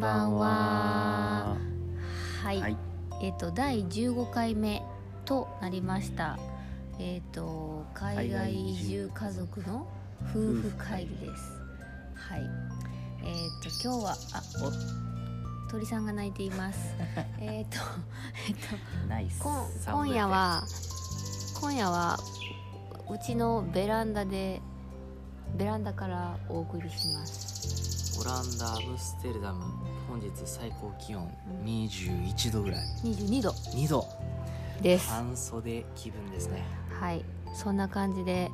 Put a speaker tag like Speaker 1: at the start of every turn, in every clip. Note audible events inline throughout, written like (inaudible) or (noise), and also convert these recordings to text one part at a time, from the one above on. Speaker 1: ばんは。はい、
Speaker 2: はい、
Speaker 1: えっ、と第15回目となりました。えっ、と海外移住家族の夫婦会議です。はい。えっ、と今日はあお鳥さんが鳴いてい (laughs) ます。えっとえっ、と
Speaker 2: ナイス
Speaker 1: こん今夜は今夜はうちのベランダでベランダからお送りします
Speaker 2: オランダアムステルダム本日最高気温
Speaker 1: うん
Speaker 2: 21度ぐらい
Speaker 1: 22度
Speaker 2: 2度
Speaker 1: です
Speaker 2: 半袖気分ですね
Speaker 1: はいそんな感じで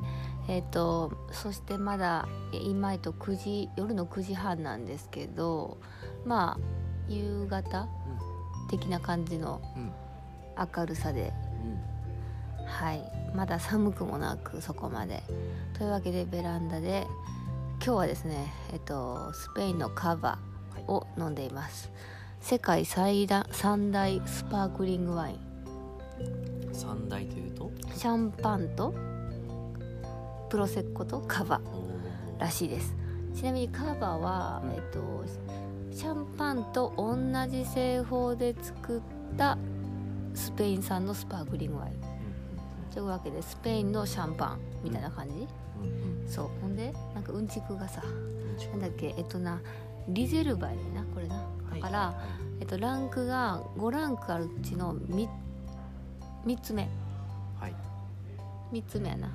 Speaker 1: えっ、とそしてまだえ今へと9時夜の9時半なんですけどまあ夕方的な感じの
Speaker 2: うん
Speaker 1: 明るさではい、まだ寒くもなくそこまでというわけでベランダで今日はですね、えっと、スペインのカバを飲んでいます世界最大三大スパークリングワイン
Speaker 2: うん三大というと
Speaker 1: シャンパンとプロセッコとカバ
Speaker 2: おー
Speaker 1: らしいですちなみにカバは、
Speaker 2: うん
Speaker 1: えっと、シャンパンと同じ製法で作ったスペイン産のスパークリングワイン
Speaker 2: う
Speaker 1: というわけでスペインのシャンパンみたいな感じ、
Speaker 2: んうんうん
Speaker 1: そうほんでなんかうんちくがさ
Speaker 2: うん
Speaker 1: なんだっけえっとなリゼルバイなこれな
Speaker 2: はい
Speaker 1: からえっとランクが5ランクあるうちの 3, 3つ目
Speaker 2: はい
Speaker 1: 3つ目やな
Speaker 2: うん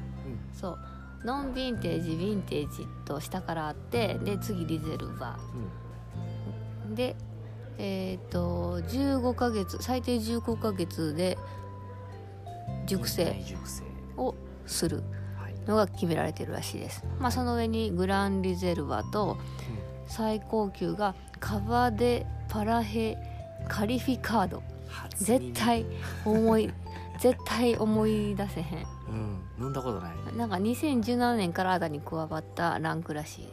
Speaker 1: そうノンヴィンテージヴィンテージと下からあってで次リゼルバーでえっと15ヶ月最低15ヶ月で
Speaker 2: 熟
Speaker 1: 熟
Speaker 2: 成
Speaker 1: 成
Speaker 2: 熟成
Speaker 1: をする
Speaker 2: はい
Speaker 1: のが決められてるらしいです、まあ、その上にグランリゼルバと最高級がカバデパラヘカリフィカード
Speaker 2: 初耳
Speaker 1: 絶対思い絶対思い出せへ
Speaker 2: うん飲んだことない
Speaker 1: んなんか2017年から新たに加わったランクらしいです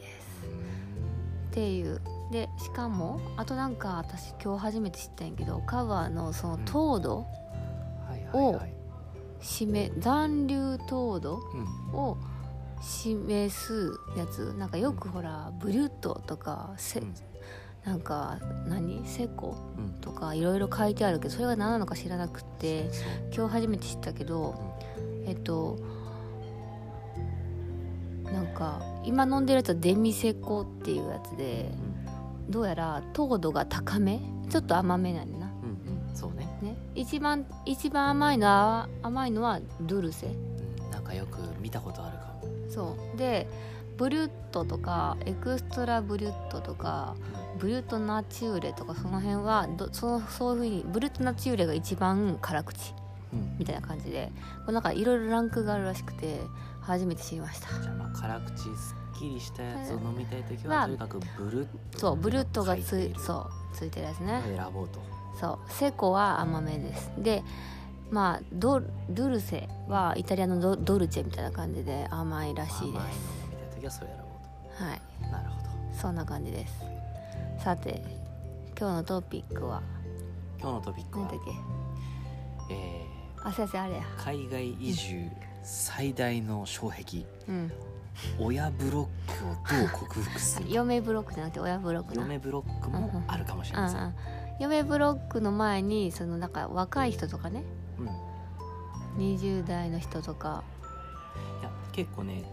Speaker 1: っていうでしかもあとなんか私今日初めて知ったんやけどカバーのその糖度、
Speaker 2: はいはい
Speaker 1: を
Speaker 2: はい
Speaker 1: 締め残留糖度
Speaker 2: うん
Speaker 1: を示すやつなんかよくほらブリュットとかせ、
Speaker 2: うん
Speaker 1: なんか何セコ
Speaker 2: うん
Speaker 1: とかいろいろ書いてあるけどそれが何なのか知らなくて
Speaker 2: そう
Speaker 1: 今日初めて知ったけど、えっとなんか今飲んでるやつはデミセコっていうやつでどうやら糖度が高めちょっと甘めなんだな、
Speaker 2: うんうんうんそうね
Speaker 1: ね、一番一番甘いのは甘いのはドゥルセ
Speaker 2: うんなんかよく見たことあるかも
Speaker 1: そうでブリュットとかエクストラブリュットとかブリュットナチューレとかその辺はどそのそういうふうにブリュットナチューレが一番辛口
Speaker 2: うん
Speaker 1: みたいな感じでこうなんかいろいろランクがあるらしくて初めて知りました
Speaker 2: じゃあまあ辛口すっきりしたやつを飲みたい時
Speaker 1: は
Speaker 2: はとにかくブルッ
Speaker 1: そうブルットがつ
Speaker 2: 入っ
Speaker 1: い
Speaker 2: ている
Speaker 1: そうついてるやつね
Speaker 2: 選ぼうと
Speaker 1: そうセコは甘めですでまあドドゥルセはイタリアのドドルチェみたいな感じで甘いらし
Speaker 2: 甘
Speaker 1: いで
Speaker 2: いの飲みたい時はそれ選ぼう
Speaker 1: すはい
Speaker 2: となるほど
Speaker 1: そんな感じですさて今日のトピックは
Speaker 2: 今日のトピック
Speaker 1: 何
Speaker 2: は
Speaker 1: だっけ
Speaker 2: え
Speaker 1: あ先生あれや
Speaker 2: ー海外移住最大の障壁
Speaker 1: うん
Speaker 2: 親ブロックをどう克服する
Speaker 1: 嫁ブロックじゃなくて親ブロックな
Speaker 2: 嫁ブロックもあるかもしれ
Speaker 1: うんう
Speaker 2: ません
Speaker 1: ん嫁ブロックの前にそのなんか若い人とかね
Speaker 2: うんい
Speaker 1: 20代の人とか、
Speaker 2: や結構ね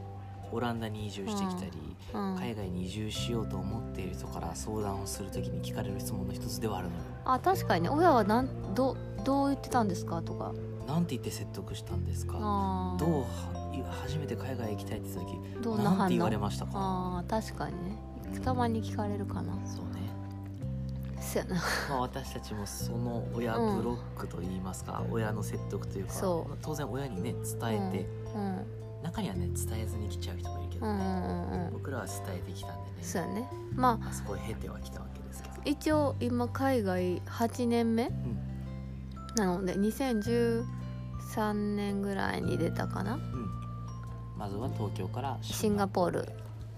Speaker 2: オランダに移住してきたり
Speaker 1: うん、
Speaker 2: 海外に移住しようと思っている人から相談をするときに聞かれる質問の一つではあるのよ
Speaker 1: あ確かにね親はなんどどう言ってたんですかとか
Speaker 2: なんて言って説得したんですか
Speaker 1: あー
Speaker 2: どうはい初めて海外行きたいって時
Speaker 1: どんな
Speaker 2: なん
Speaker 1: 反
Speaker 2: て言われ
Speaker 1: 応
Speaker 2: ましたか
Speaker 1: あー確かにねたまに聞かれるかな
Speaker 2: そうね、
Speaker 1: そうやな
Speaker 2: (laughs) まあ、私たちもその親ブロックと言いますか、親の説得というか
Speaker 1: そう
Speaker 2: まあ当然親にね伝えて、
Speaker 1: うん
Speaker 2: 中にはね伝えずに来ちゃう人もいるけど
Speaker 1: うんう
Speaker 2: ね、
Speaker 1: んうんうん
Speaker 2: 僕らは伝えてきたんでね
Speaker 1: そうやねまあ
Speaker 2: まあ、そこへ経ては来たわけですけど
Speaker 1: 一応今海外8年目、なので2013年ぐらいに出たかな
Speaker 2: うんまずは東京から
Speaker 1: シンガポール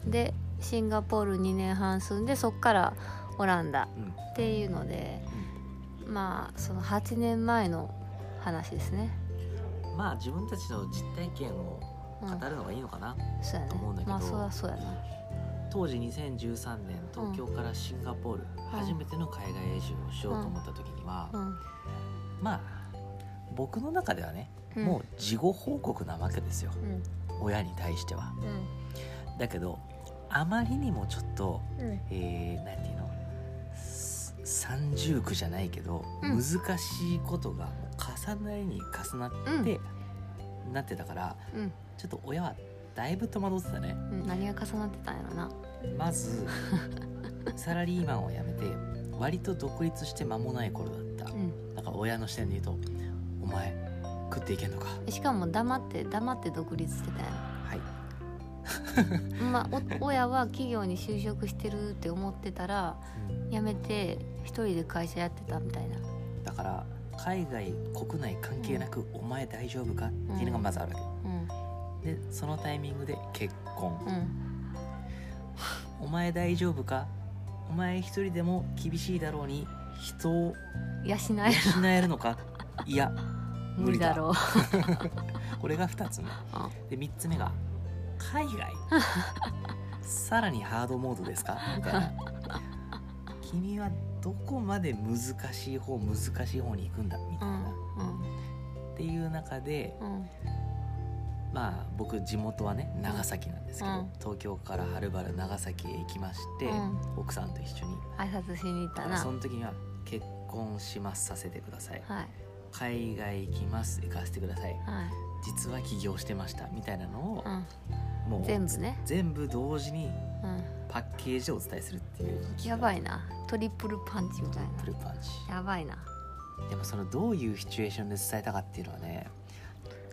Speaker 1: でシンガポール2年半住んでそっからオランダ
Speaker 2: うんうん
Speaker 1: っていうのでまあその8年前の話ですね、
Speaker 2: まあ自分たちの実体験を
Speaker 1: うん、
Speaker 2: 語るのがいいのかな、
Speaker 1: そうやね
Speaker 2: と思うんだけど
Speaker 1: まあそりゃそうやな
Speaker 2: 当時2013年東京からシンガポール、初めての海外移住をしようと思った時には、
Speaker 1: うん
Speaker 2: まあ僕の中ではね、
Speaker 1: うん
Speaker 2: もう事後報告なわけですよ
Speaker 1: うん
Speaker 2: 親に対しては。
Speaker 1: うん
Speaker 2: だけどあまりにもちょっと
Speaker 1: うん
Speaker 2: えー、なんていうのす三重苦じゃないけど、
Speaker 1: うん
Speaker 2: 難しいことが重なりに重なって、なってたから
Speaker 1: うん
Speaker 2: ちょっと親はだいぶ戸惑ってたね
Speaker 1: うん何が重なってたんやろな
Speaker 2: ま
Speaker 1: (laughs)
Speaker 2: ずサラリーマンを辞めて割と独立して間もない頃だった、
Speaker 1: うん
Speaker 2: だから親の視点で言うと「お前食っていけんのか」
Speaker 1: しかも黙って黙って独立してたんやろ
Speaker 2: はい
Speaker 1: まあ、 (laughs) お親は企業に就職してるって思ってたら辞めて一人で会社やってたみたいな
Speaker 2: だから海外国内関係なく「お前大丈夫か?」っていうのがまずあるわ
Speaker 1: うん
Speaker 2: け、でそのタイミングで結婚、
Speaker 1: うん
Speaker 2: お前大丈夫かお前一人でも厳しいだろうに人を
Speaker 1: 養える
Speaker 2: 養えるのかいや
Speaker 1: 無理だろう
Speaker 2: これが2つ目で3つ目が海
Speaker 1: (laughs)
Speaker 2: 外さらにハードモードですかみたいな君はどこまで難しい方難しい方に行くんだみた
Speaker 1: う
Speaker 2: い
Speaker 1: ん
Speaker 2: な、っていう中で
Speaker 1: うんうん
Speaker 2: まあ僕地元はね長崎なんですけど、
Speaker 1: うん
Speaker 2: 東京からはるばる長崎へ行きまして、
Speaker 1: うん
Speaker 2: 奥さんと一緒に
Speaker 1: 挨拶しに行ったな
Speaker 2: その時には結婚しますさせてください
Speaker 1: はい
Speaker 2: 海外行きます行かせてください
Speaker 1: はい
Speaker 2: 実は起業してましたみたいなのを、
Speaker 1: う
Speaker 2: も
Speaker 1: ん
Speaker 2: う
Speaker 1: 全部ね
Speaker 2: 全部同時に
Speaker 1: うん
Speaker 2: パッケージでお伝えするっていう
Speaker 1: やば
Speaker 2: い
Speaker 1: いなトリプルパンチみたい
Speaker 2: プルパンチ
Speaker 1: なやばいな
Speaker 2: でもそのどういうシチュエーションで伝えたかっていうのはね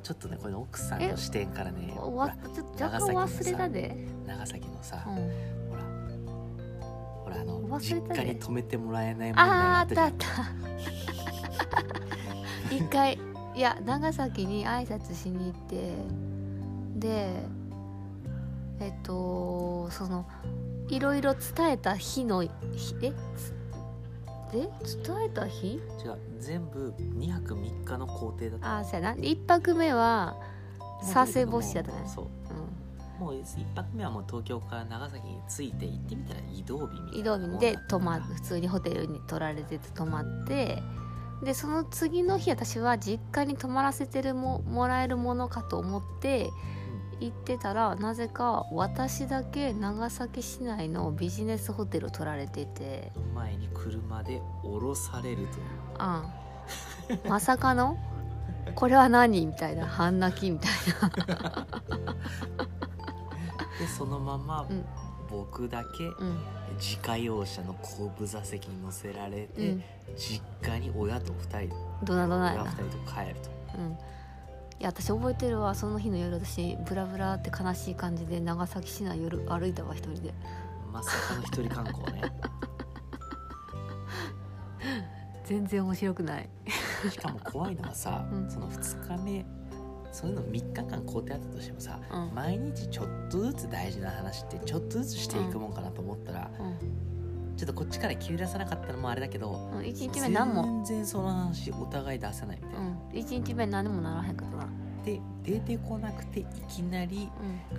Speaker 2: ちょっとねこれ奥さんの視点からね
Speaker 1: お
Speaker 2: ほ
Speaker 1: わ
Speaker 2: ら
Speaker 1: ちょっと若干忘れたで
Speaker 2: 長崎のさ、
Speaker 1: うん
Speaker 2: ほらほらあの
Speaker 1: 忘
Speaker 2: 実
Speaker 1: れたね
Speaker 2: 家に泊めてもらえない問題が
Speaker 1: あ
Speaker 2: あ
Speaker 1: あ
Speaker 2: っ
Speaker 1: ったた
Speaker 2: じゃ
Speaker 1: あ
Speaker 2: ん
Speaker 1: った (laughs) 一回いや長崎に挨拶しに行ってでえっとそのいろいろ伝えた日の日えつで伝えた日
Speaker 2: 違う全部2泊3日の工程だった
Speaker 1: ああそうやなで一泊目は佐世保市だったね
Speaker 2: そう
Speaker 1: う
Speaker 2: もう一泊目はもう東京から長崎に着いて行ってみたら移動日み
Speaker 1: ん
Speaker 2: たい
Speaker 1: 移
Speaker 2: な
Speaker 1: 動日で泊ま普通にホテルに取られてて泊まってでその次の日私は実家に泊まらせてるももらえるものかと思って行ってたらなぜか私だけ長崎市内のビジネスホテルを取られてて
Speaker 2: うん前に車で降ろされるという
Speaker 1: (laughs) あんまさかのこれは何みたいな半泣きみたい
Speaker 2: でそのまま
Speaker 1: うん
Speaker 2: 僕だけ
Speaker 1: なうん
Speaker 2: 自家用車の後部座席に乗せられ
Speaker 1: う
Speaker 2: て、
Speaker 1: ん
Speaker 2: 実家に親と2人
Speaker 1: ドナドナ
Speaker 2: 親
Speaker 1: やな
Speaker 2: 2人と帰ると
Speaker 1: うんいや私覚えてるわその日の夜私ブラブラって悲しい感じで長崎市内夜歩いたわ一人で
Speaker 2: まさかの一人観光
Speaker 1: (laughs)
Speaker 2: ね
Speaker 1: 全然面白くない
Speaker 2: しかも怖いのはさ、
Speaker 1: うん
Speaker 2: その2日目そういうの3日間工程あったとしてもさ
Speaker 1: うん
Speaker 2: 毎日ちょっとずつ大事な話ってちょっとずつしていくもんかなと思ったら、ちょっとこっちから切り出さなかったのもあれだけど
Speaker 1: うん、1日目何も、
Speaker 2: 全然その話お互い出せないみたいうな、
Speaker 1: ん、1日目何もならへんかったな、
Speaker 2: で出てこなくていきなり、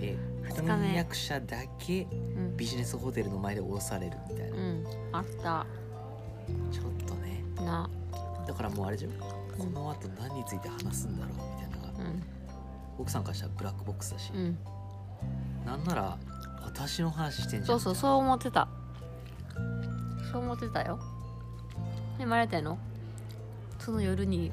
Speaker 2: え
Speaker 1: 二日目
Speaker 2: 婚約者だけ
Speaker 1: うん
Speaker 2: ビジネスホテルの前で降ろされるみたい
Speaker 1: うん、
Speaker 2: な、
Speaker 1: うん、あった
Speaker 2: ちょっとね
Speaker 1: な
Speaker 2: だからもうあれじゃんこの後何について話すんだろうみたいなのが
Speaker 1: うん
Speaker 2: 奥さんからしたらブラックボックスだし、
Speaker 1: うん
Speaker 2: なんなら私の話してんじ
Speaker 1: そ
Speaker 2: ゃ
Speaker 1: うんそうそう思ってたそう思ってたよでもあれやったんやのその夜に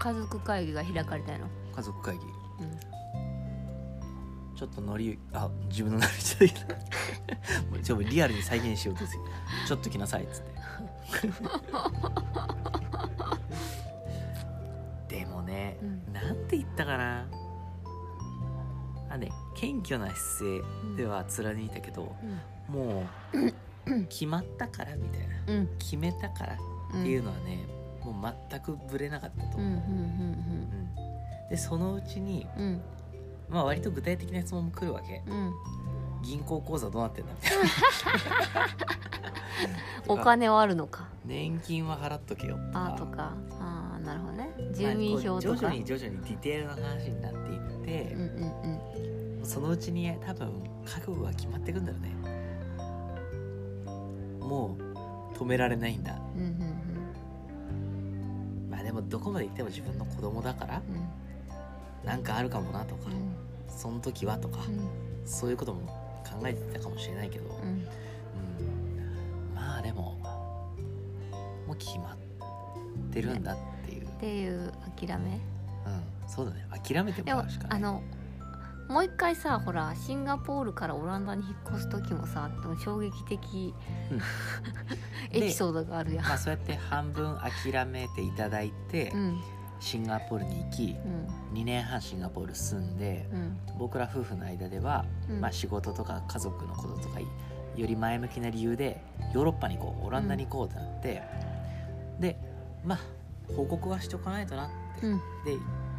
Speaker 1: 家族会議が開かれたんやの
Speaker 2: 家族会議
Speaker 1: うん
Speaker 2: ちょっとノリあ自分のノリじゃないけどもうちょっとリアルに再現しようとするちょっと来なさいっつってでもね、
Speaker 1: うん
Speaker 2: なんて言ったかなあね謙虚な姿勢では貫いたけど、もう決まったからみたいな
Speaker 1: うんうん
Speaker 2: 決めたからって
Speaker 1: うん
Speaker 2: いうのはね、もう全くぶれなかったと
Speaker 1: うん
Speaker 2: 思う、
Speaker 1: うん
Speaker 2: うんでそのうちに、
Speaker 1: うんうん
Speaker 2: まあ、割と具体的な質問も来るわけ、
Speaker 1: うんうん
Speaker 2: 銀行口座どうなってんだみたいな
Speaker 1: (laughs) お金はあるのか
Speaker 2: 年金は払っとけよと
Speaker 1: あ
Speaker 2: か
Speaker 1: ーとかあーなるほどね
Speaker 2: ま
Speaker 1: 住
Speaker 2: あ
Speaker 1: 民
Speaker 2: こう
Speaker 1: 票と
Speaker 2: 徐
Speaker 1: か
Speaker 2: 々に徐々にディテールの話になっていっ
Speaker 1: う
Speaker 2: て
Speaker 1: ん、うん
Speaker 2: そのうちに多分覚悟が決まってくんだろうね
Speaker 1: う
Speaker 2: もう止められないんだ
Speaker 1: うんうん
Speaker 2: まあでもどこまで行っても自分の子供だから
Speaker 1: うん
Speaker 2: なんかあるかもなとか
Speaker 1: うん
Speaker 2: その時はとか
Speaker 1: うん
Speaker 2: そういうことも考えてたかもしれないけど、
Speaker 1: うん
Speaker 2: うん、まあでももう決まってるんだっていう、
Speaker 1: っていう諦め
Speaker 2: うん、そうだね諦めても
Speaker 1: で
Speaker 2: ら
Speaker 1: も
Speaker 2: うしかな
Speaker 1: あ
Speaker 2: い
Speaker 1: のもう一回さほらシンガポールからオランダに引っ越す時もさでも衝撃的、
Speaker 2: うん
Speaker 1: エピソードがあるやん
Speaker 2: まあ、そうやって半分諦めていただいて、
Speaker 1: うん
Speaker 2: シンガポールに行き
Speaker 1: うん
Speaker 2: 2年半シンガポール住んで
Speaker 1: うん
Speaker 2: 僕ら夫婦の間では、
Speaker 1: うん
Speaker 2: まあ、仕事とか家族のこととかより前向きな理由でヨーロッパに行こうオランダに行こうってなって、でまあ報告はしておかないとなって、
Speaker 1: うん
Speaker 2: で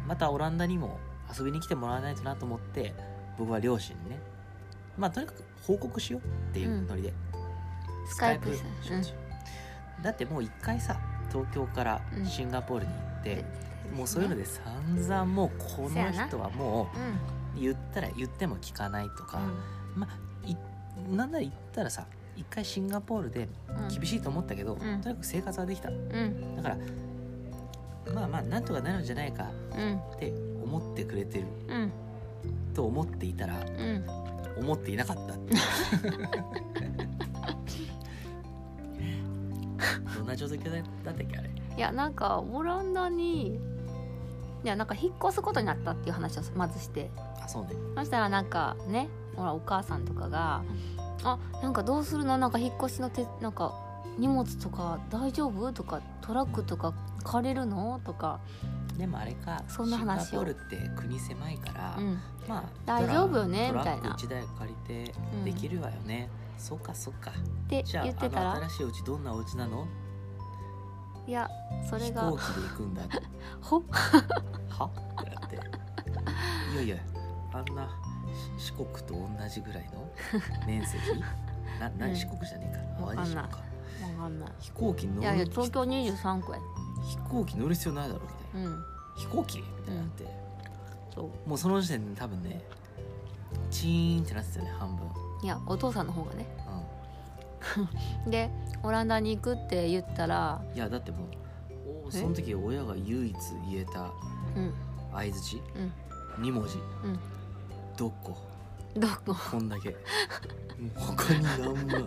Speaker 2: またオランダにも遊びに来てもらわないとなと思って僕は両親にねまあとにかく報告しようっていうノリで、
Speaker 1: スカイプ
Speaker 2: スしようしようだってもう一回さ東京から
Speaker 1: うん
Speaker 2: シンガポールに行って、もうそういうので散々もうこ
Speaker 1: そや
Speaker 2: の
Speaker 1: な
Speaker 2: 人はも
Speaker 1: うん
Speaker 2: う言ったら言っても聞かないとか、まあいなんなら言ったらさ一回シンガポールで
Speaker 1: うん
Speaker 2: 厳しいと思ったけど、
Speaker 1: ん
Speaker 2: とにかく生活はできた
Speaker 1: うん
Speaker 2: だからまあまあなんとかなるんじゃないか
Speaker 1: うん
Speaker 2: って思ってくれてる
Speaker 1: うん
Speaker 2: と思っていたら
Speaker 1: うん
Speaker 2: 思っていなかったっていう (laughs) どんな状況だったっけあれ
Speaker 1: いやなんかオランダにいやなんか引っ越すことになったっていう話をまずして
Speaker 2: あそうね
Speaker 1: そしたらなんかねほらお母さんとかが「あなんかどうするのなんか引っ越しのてなんか荷物とか大丈夫?」とか「トラックとか借りるの?」とか、
Speaker 2: でもあれか
Speaker 1: そんな話を
Speaker 2: シンガポールって国狭いから、
Speaker 1: うん、
Speaker 2: まあ
Speaker 1: 大丈夫よね
Speaker 2: トラト
Speaker 1: みたい
Speaker 2: ラッ
Speaker 1: な
Speaker 2: ク1台借りて
Speaker 1: うん
Speaker 2: できるわよね、そっかそっか
Speaker 1: って
Speaker 2: じゃあ
Speaker 1: 言ってた
Speaker 2: あの
Speaker 1: ら
Speaker 2: 新しいお家どんなお家なの
Speaker 1: いやそれ
Speaker 2: 飛
Speaker 1: が
Speaker 2: 行機で行くんだ
Speaker 1: ほ
Speaker 2: はってなっていやいやあんなし四国と同じぐらいの面
Speaker 1: (laughs)
Speaker 2: 積な何、
Speaker 1: うん
Speaker 2: 四国じゃねえか
Speaker 1: わかん
Speaker 2: 淡路島
Speaker 1: ない
Speaker 2: か
Speaker 1: 分かんない
Speaker 2: 飛行機乗る
Speaker 1: いやいや東京23区や
Speaker 2: 飛行機乗る必要ないだろうみたいな
Speaker 1: うん
Speaker 2: 飛行機みたいになって、
Speaker 1: そう
Speaker 2: もうその時点で多分ねチーンってなってたよね半分、
Speaker 1: いやお父さんの方がねでオランダに行くって言ったら
Speaker 2: うん、いやだってもうお
Speaker 1: え
Speaker 2: その時親が唯一言えた
Speaker 1: うん
Speaker 2: 相づち
Speaker 1: うん
Speaker 2: 2文字、
Speaker 1: うん
Speaker 2: どこ
Speaker 1: どこ
Speaker 2: こんだけもう他に何もない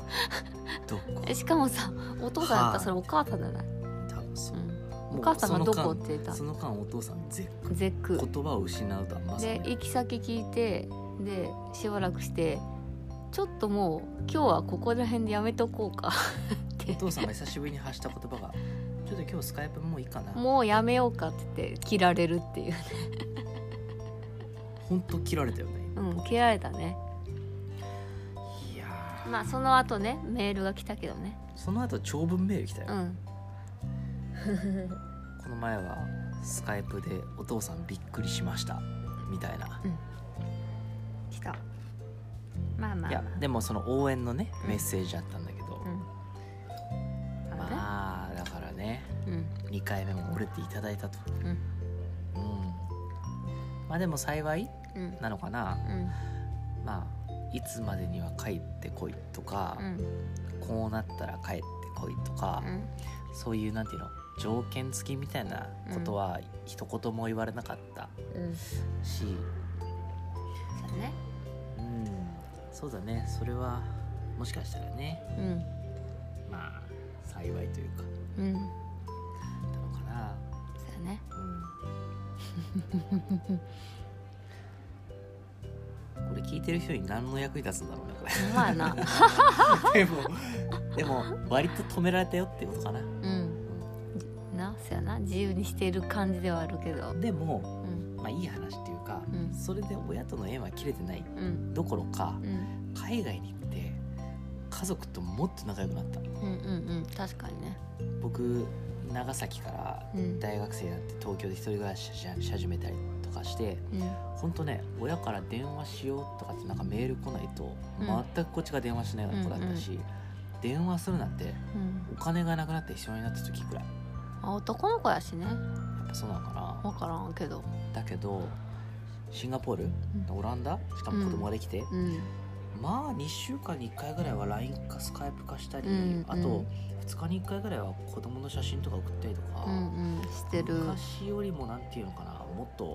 Speaker 2: どこ
Speaker 1: えしかもさお父さんやったらそれお母さんじゃない、、
Speaker 2: 多分そううんもう
Speaker 1: お母さんがどこ
Speaker 2: その
Speaker 1: っ
Speaker 2: 間
Speaker 1: て言った
Speaker 2: その間お父さん絶
Speaker 1: 絶句
Speaker 2: 言葉を失うとはまさ
Speaker 1: で
Speaker 2: に
Speaker 1: 行き先聞いてでしばらくしてちょっともう今日はここら辺でやめとこうか (laughs)
Speaker 2: お父さんが久しぶりに発した言葉が「ちょっと今日スカイプもういいかな」
Speaker 1: もうやめようかって言って切られるっていう、 (laughs)
Speaker 2: 本当切られたよね
Speaker 1: うん、切られたね
Speaker 2: いやー
Speaker 1: まあその後ねメールが来たけどね
Speaker 2: その後長文メール来たよ、
Speaker 1: うん (laughs)
Speaker 2: この前はスカイプで「お父さんびっくりしました」みたいな、
Speaker 1: 来たまあまあまあ
Speaker 2: いやでもその応援のね
Speaker 1: うん
Speaker 2: メッセージあったんだけど、
Speaker 1: うんあね
Speaker 2: まあだからね
Speaker 1: うん
Speaker 2: 2回目も折れていただいたと
Speaker 1: うん
Speaker 2: うんまあでも幸い
Speaker 1: うん
Speaker 2: なのかな
Speaker 1: うん
Speaker 2: まあいつまでには帰ってこいとか、
Speaker 1: うん
Speaker 2: こうなったら帰ってこいとか、そういうなんていうの条件付きみたいなことは一言も言われなかった
Speaker 1: うんうん
Speaker 2: し、
Speaker 1: そうね
Speaker 2: うんそうだねそれはもしかしたらね
Speaker 1: うん
Speaker 2: まあ幸いというか
Speaker 1: うん
Speaker 2: なのかな、
Speaker 1: そうね
Speaker 2: (laughs) うん、これ聞いてる人に何の役に立つんだろうねこ
Speaker 1: まあな
Speaker 2: れで
Speaker 1: (laughs)
Speaker 2: もでも割と止められたよってことかな、
Speaker 1: うんなそやな自由にしている感じではあるけど
Speaker 2: うんでも
Speaker 1: うん
Speaker 2: まあいい話っていうか、
Speaker 1: うん
Speaker 2: それで親との縁は切れてない
Speaker 1: うん
Speaker 2: どころか
Speaker 1: うん
Speaker 2: 海外に行って家族ともっと仲良くなった
Speaker 1: うんうんうん確かにね
Speaker 2: 僕長崎から
Speaker 1: うん
Speaker 2: 大学生になって東京で一人暮らししし始めたりとかして
Speaker 1: うん
Speaker 2: ほんとね親から電話しようとかってなんかメール来ないと
Speaker 1: うん
Speaker 2: 全くこっちが電話しないような子だったし、電話するなんて
Speaker 1: うん
Speaker 2: お金がなくなって一緒になった時くらいや
Speaker 1: あ男の子やしね
Speaker 2: っぱそうなのかな
Speaker 1: 分からんけど
Speaker 2: だけどシンガポール、
Speaker 1: う
Speaker 2: オランダしかも子供ができて、
Speaker 1: うん
Speaker 2: まあ2週間に1回ぐらいは LINE か Skype 化したり、
Speaker 1: うんうん
Speaker 2: あと2日に1回ぐらいは子供の写真とか送ったりとか、
Speaker 1: うんうんしてる
Speaker 2: 昔よりもなんていうのかなもっと、う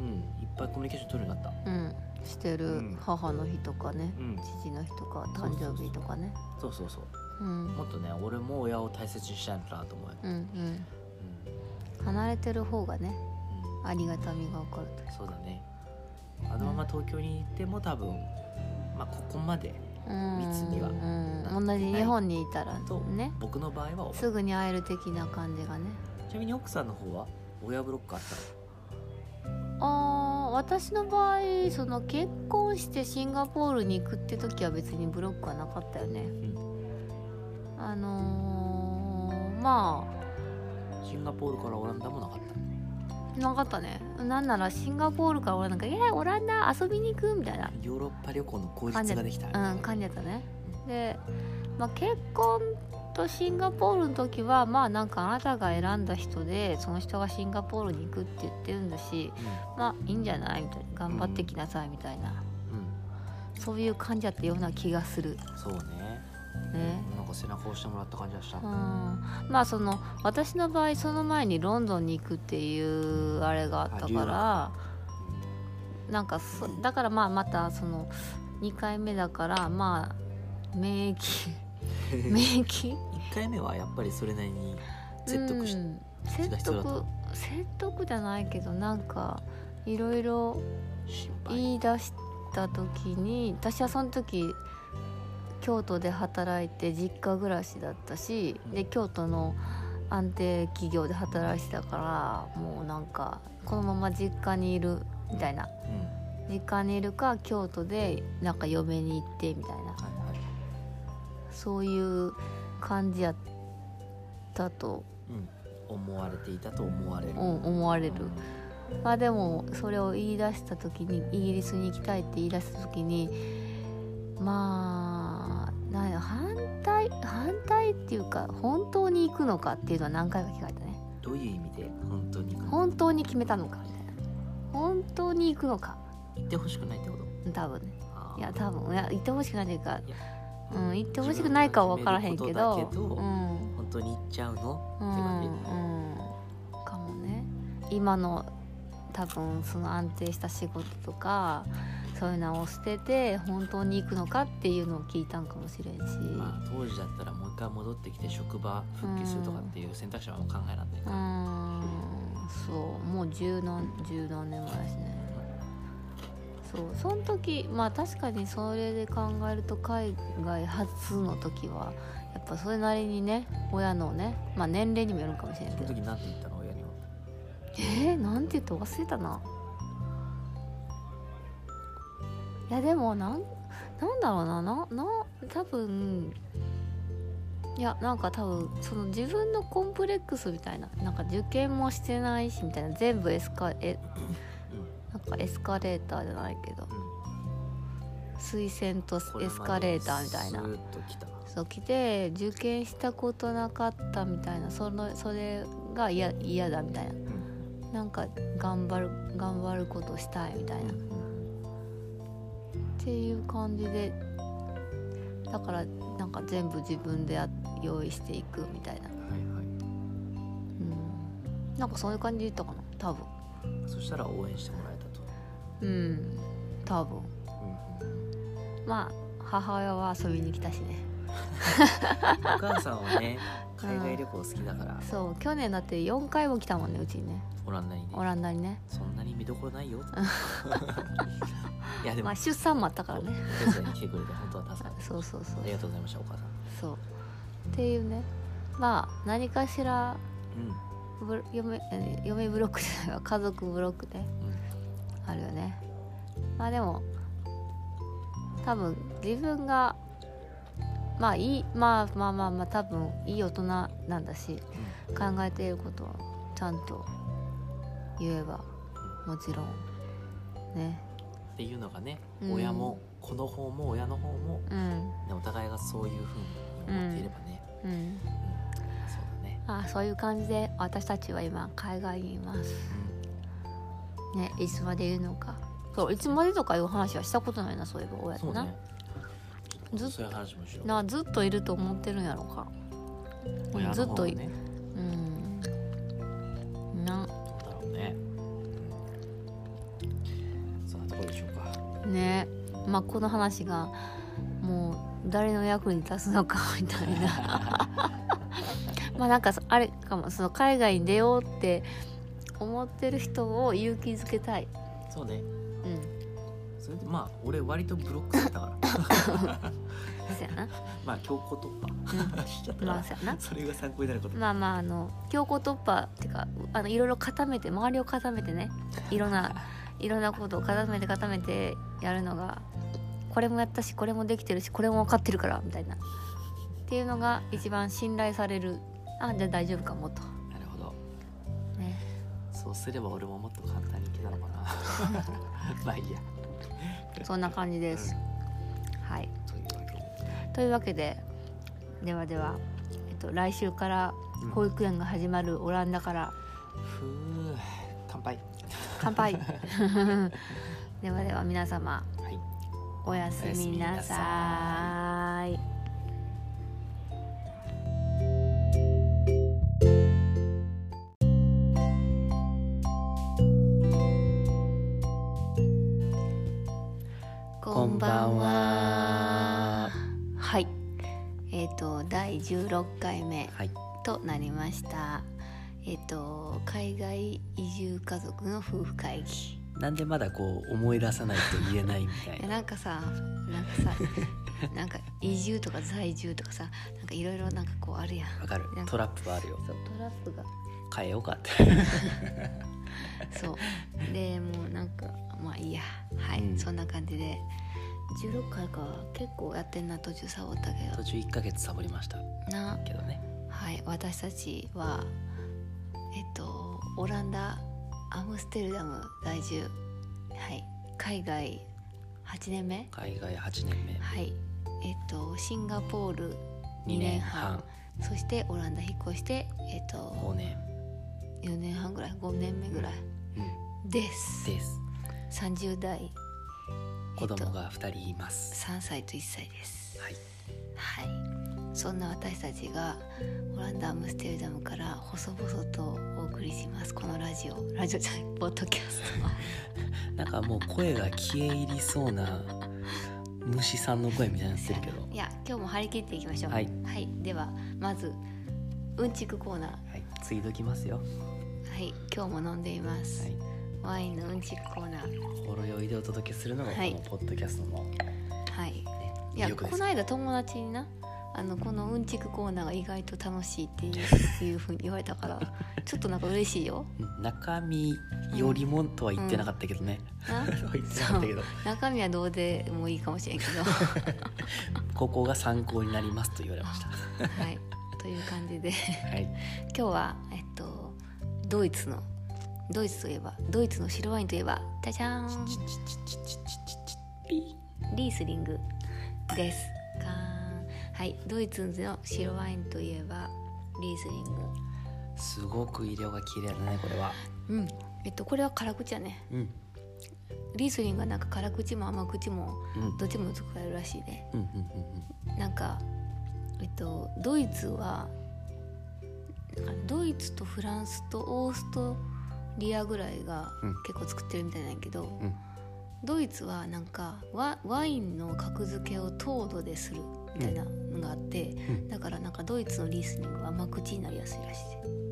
Speaker 2: ん、いっぱいコミュニケーション取るようになった
Speaker 1: うんしてる、
Speaker 2: うん
Speaker 1: 母の日とかね
Speaker 2: うん
Speaker 1: 父の日とか誕生日とかね
Speaker 2: そうそうそう
Speaker 1: うん
Speaker 2: もっとね俺も親を大切にしたいのかなと思うよ、
Speaker 1: うんうん
Speaker 2: うん
Speaker 1: 離れてる方がね
Speaker 2: う
Speaker 1: ありがたみが分かる
Speaker 2: ん、そうだねあのまま東京に行っても多分、まあ、ここまで
Speaker 1: とうん
Speaker 2: 密には
Speaker 1: うん同じ日本にいたら
Speaker 2: と
Speaker 1: ね
Speaker 2: 僕の場合は思う
Speaker 1: すぐに会える的な感じがね
Speaker 2: ちなみに奥さんの方は親ブロックあったの
Speaker 1: あー私の場合その結婚してシンガポールに行くって時は別にブロックはなかったよね、あのーま
Speaker 2: シンガポールからオランダもなかった
Speaker 1: あなかったねなんならシンガポールから俺なんか「えー、オランダ遊びに行く?」みたいな
Speaker 2: ヨーロッパ旅行の口
Speaker 1: 感じ
Speaker 2: 実ができた、
Speaker 1: うん感じやったねで、まあ、結婚とシンガポールの時はまあなんかあなたが選んだ人でその人がシンガポールに行くって言ってるんだしまあいいんじゃないみたいな頑張ってきなさいみたいな、
Speaker 2: うん、
Speaker 1: そういう感じやったような気がする
Speaker 2: うん、そうね
Speaker 1: ね
Speaker 2: なんか背中を押してもらった感じがした、
Speaker 1: うん
Speaker 2: うん、
Speaker 1: まあその私の場合その前にロンドンに行くっていうあれがあったからなんかそだからまあまたその2回目だからまあ免疫免疫
Speaker 2: 1回目はやっぱりそれなりに説得し、
Speaker 1: うん
Speaker 2: 説が
Speaker 1: 説
Speaker 2: 必要だ
Speaker 1: 得説得じゃないけどなんかいろいろ
Speaker 2: 心配
Speaker 1: 言い出した時に私はその時京都で働いて実家暮らしだったしで京都の安定企業で働いてたからもうなんかこのまま実家にいるみたいな
Speaker 2: うん
Speaker 1: 実家にいるか京都でなんか嫁に行ってみたいな
Speaker 2: はいはい
Speaker 1: そういう感じやったと、
Speaker 2: うん、思われていたと思われる、
Speaker 1: うん思われる。まあでもそれを言い出した時にイギリスに行きたいって言い出した時にまあなんや反対反対っていうか本当に行くのかっていうのは何回か聞かれたね
Speaker 2: どういう意味で本当に行
Speaker 1: 本当に決めたのかみたいな本当に行くのか
Speaker 2: ってほしくないってこと
Speaker 1: 多分ね
Speaker 2: あー
Speaker 1: いや多分いや行ってほしくないというか
Speaker 2: いや
Speaker 1: うん行ってほしくないかは分からへんけ
Speaker 2: 自分の
Speaker 1: ど
Speaker 2: 決めることだけど
Speaker 1: うん
Speaker 2: 本当に行っちゃうの
Speaker 1: う
Speaker 2: って
Speaker 1: ん
Speaker 2: 感じ、
Speaker 1: うんかもね今の多分その安定した仕事とかそういうのを捨てて本当に行くのかっていうのを聞いたんかもしれんし、
Speaker 2: まあ、当時だったらもう一回戻ってきて職場復帰するとかっていう選択肢はもう考えらんないから、
Speaker 1: うんそうもう十何十何年前ですねそうその時まあ確かにそれで考えると海外初の時はやっぱそれなりにね親のねまあ年齢にもよるかもしれない
Speaker 2: そ
Speaker 1: け
Speaker 2: の
Speaker 1: ど
Speaker 2: 時なんて言ったの親には
Speaker 1: えー、なんて言ったか忘れたないやでもなんなんだろうななな多分いやなんか多分その自分のコンプレックスみたいななんか受験もしてないしみたいな全部エスカえなんかエスカレーターじゃないけど
Speaker 2: うん、うん
Speaker 1: 推薦と
Speaker 2: これ
Speaker 1: エ
Speaker 2: まで
Speaker 1: スカレーターみたいな
Speaker 2: スーッと来た
Speaker 1: そう来て受験したことなかったみたいなそのそれが嫌嫌だみたいな
Speaker 2: うん
Speaker 1: なんか頑張る頑張ることしたいみたいなっていう感じでだからなんか全部自分でや用意していくみたいな、
Speaker 2: はい
Speaker 1: うん、なんかそういう感じで言ったかな多分
Speaker 2: はいそしたら応援してもらえたと、
Speaker 1: うん多
Speaker 2: う
Speaker 1: 分
Speaker 2: んうん
Speaker 1: まあ母親は遊びに来たしね
Speaker 2: お母さんは
Speaker 1: (laughs)
Speaker 2: ね海外旅行好きだから
Speaker 1: そう去年だって4回も来たもんねうちにね
Speaker 2: オランダにね
Speaker 1: オランダにね
Speaker 2: そんなに見どころないよ (laughs) いやでも
Speaker 1: まあ出産もあったから
Speaker 2: お
Speaker 1: ね
Speaker 2: 手伝いに来てくれて本当は助かった
Speaker 1: そうそうそう
Speaker 2: ありがとうございましたお母さん
Speaker 1: そうっていうねまあ何かしら
Speaker 2: うん
Speaker 1: ブ嫁え嫁ブロックじゃないわ家族ブロックで、あるよねまあでも多分自分がまあいいまあまあまあまあ多分いい大人なんだし考えていることをちゃんと言えばもちろんね
Speaker 2: っていうのがね、
Speaker 1: うん
Speaker 2: 親も子の方も親の方も、
Speaker 1: うん
Speaker 2: ね、お互いがそういうふうに思っていればね、
Speaker 1: うん
Speaker 2: うんそうだね、
Speaker 1: まあそういう感じで私たちは今海外にいます
Speaker 2: う
Speaker 1: ねいつまでいるのか
Speaker 2: ん
Speaker 1: そういつまでとかいう話はしたことないなそういえば親
Speaker 2: そう
Speaker 1: な、
Speaker 2: ね
Speaker 1: ずっ
Speaker 2: そういう話もしよう
Speaker 1: なずっといると思ってるんやろうか
Speaker 2: 親の
Speaker 1: ずっ
Speaker 2: 方
Speaker 1: と
Speaker 2: が
Speaker 1: い
Speaker 2: ね
Speaker 1: うんな
Speaker 2: どうだろうねうんそんなところでしょうか
Speaker 1: ねまあこの話がもう誰の役に立つのかみたいな (laughs) まあなんかそあれかもその海外に出ようって思ってる人を勇気づけたい、
Speaker 2: そうね
Speaker 1: うん、
Speaker 2: それでまあ俺割とブロックされたから
Speaker 1: (laughs) そうやな、
Speaker 2: まあ強行突破しちゃったか
Speaker 1: まあ
Speaker 2: ら
Speaker 1: そうやな
Speaker 2: (laughs) それが参考になること
Speaker 1: まあまああの強行突破っていうかあのいろいろ固めて周りを固めてねいろんないろんなことを固めて固めてやるのがこれもやったしこれもできてるしこれも分かってるからみたいなっていうのが一番信頼されるあじゃあ大丈夫かもと
Speaker 2: なるほど
Speaker 1: ね
Speaker 2: そうすれば俺ももっと簡単にいけたのか
Speaker 1: (laughs)
Speaker 2: なまあいいや
Speaker 1: そんな感じです
Speaker 2: う。
Speaker 1: はい
Speaker 2: んというわけで
Speaker 1: というわけでではでは、えっと、来週から保育園が始まるオランダから
Speaker 2: ふう乾杯
Speaker 1: 乾杯 (laughs) ではでは皆様
Speaker 2: はい
Speaker 1: おやすみなさい。こんばんは。はい。えっ、と第16回目
Speaker 2: はい
Speaker 1: となりました。えっ、と海外移住家族の夫婦会議。
Speaker 2: なんでまだこう思い出さないと言えないみた
Speaker 1: い
Speaker 2: い
Speaker 1: や
Speaker 2: な
Speaker 1: なんかさなんかさ (laughs) なんか移住とか在住とかさなんかいろいろなんかこうあるやん
Speaker 2: わかる
Speaker 1: なんか
Speaker 2: トラップはあるよ
Speaker 1: そうトラップが
Speaker 2: 変えようかって
Speaker 1: (laughs) そうでもうなんかまあいいやはい、
Speaker 2: うん
Speaker 1: そんな感じで16回か結構やってんな途中サボったけ
Speaker 2: 途中1ヶ月サボりました
Speaker 1: どな
Speaker 2: けどね
Speaker 1: はい私たちはえっとオランダアムステルダム在住はい海外8年目
Speaker 2: 海外8年目
Speaker 1: はいえっとシンガポール
Speaker 2: 2
Speaker 1: 2
Speaker 2: 年
Speaker 1: 年
Speaker 2: 半
Speaker 1: 半そしてオランダ引っ越してえっ、と
Speaker 2: 5年、
Speaker 1: 4年半ぐらい5年目ぐらい
Speaker 2: うん、
Speaker 1: です
Speaker 2: です
Speaker 1: 30代
Speaker 2: 子
Speaker 1: えっ
Speaker 2: 供
Speaker 1: と
Speaker 2: が2人います、
Speaker 1: 3歳と1歳です
Speaker 2: はい
Speaker 1: はいそんな私たちがオランダアムステルダムから細々とお送りしますこのラジオラジオじゃないポッドキャス
Speaker 2: なんかもう声が消え入りそうな虫さんの声みたいになってるけど
Speaker 1: トいや今日も張り切っていきましょう
Speaker 2: はい
Speaker 1: ではまずうんちくコーナー
Speaker 2: はいついどきますよ
Speaker 1: はい今日も飲んでいます、
Speaker 2: はい
Speaker 1: ワインのうんちくコーナー
Speaker 2: ほろ酔いでお届けするのがこ
Speaker 1: はい
Speaker 2: のポッドキャストの、ね
Speaker 1: はいいや
Speaker 2: 魅力で
Speaker 1: こ
Speaker 2: す
Speaker 1: の間友達になあのこのうんちくコーナーが意外と楽しいっていういうふうに言われ
Speaker 2: (laughs)
Speaker 1: たからちょっとなんか嬉しいよ
Speaker 2: うん中身よりもとは言ってなかったけどね、(laughs)
Speaker 1: な
Speaker 2: 言ってなかったけど
Speaker 1: 中身はどうでもいいかもしれんけどは
Speaker 2: ここが参考になりますと言われました
Speaker 1: いという感じで (laughs)
Speaker 2: はい
Speaker 1: 今日はえっとドイツのドイツといえばドイツの白ワインといえばじゃじゃーんリースリングですかーんはいドイツの白ワインといえばリースリング
Speaker 2: すごく色が綺麗だねこれは
Speaker 1: うんえっとこれは辛口やね
Speaker 2: うん
Speaker 1: リースリングはなんか辛口も甘口も
Speaker 2: うん
Speaker 1: どっちも使えるらしいね
Speaker 2: うんうんうんうん
Speaker 1: なんかえっとドイツはなんかドイツとフランスとオーストリアぐらいが
Speaker 2: うん
Speaker 1: 結構作ってるみたいなんやけど、
Speaker 2: ん
Speaker 1: ドイツはなんかワワインの格付けを糖度でするみたいなのがあって、
Speaker 2: ん
Speaker 1: だからなんかドイツのリースリングは甘口になりやすいらし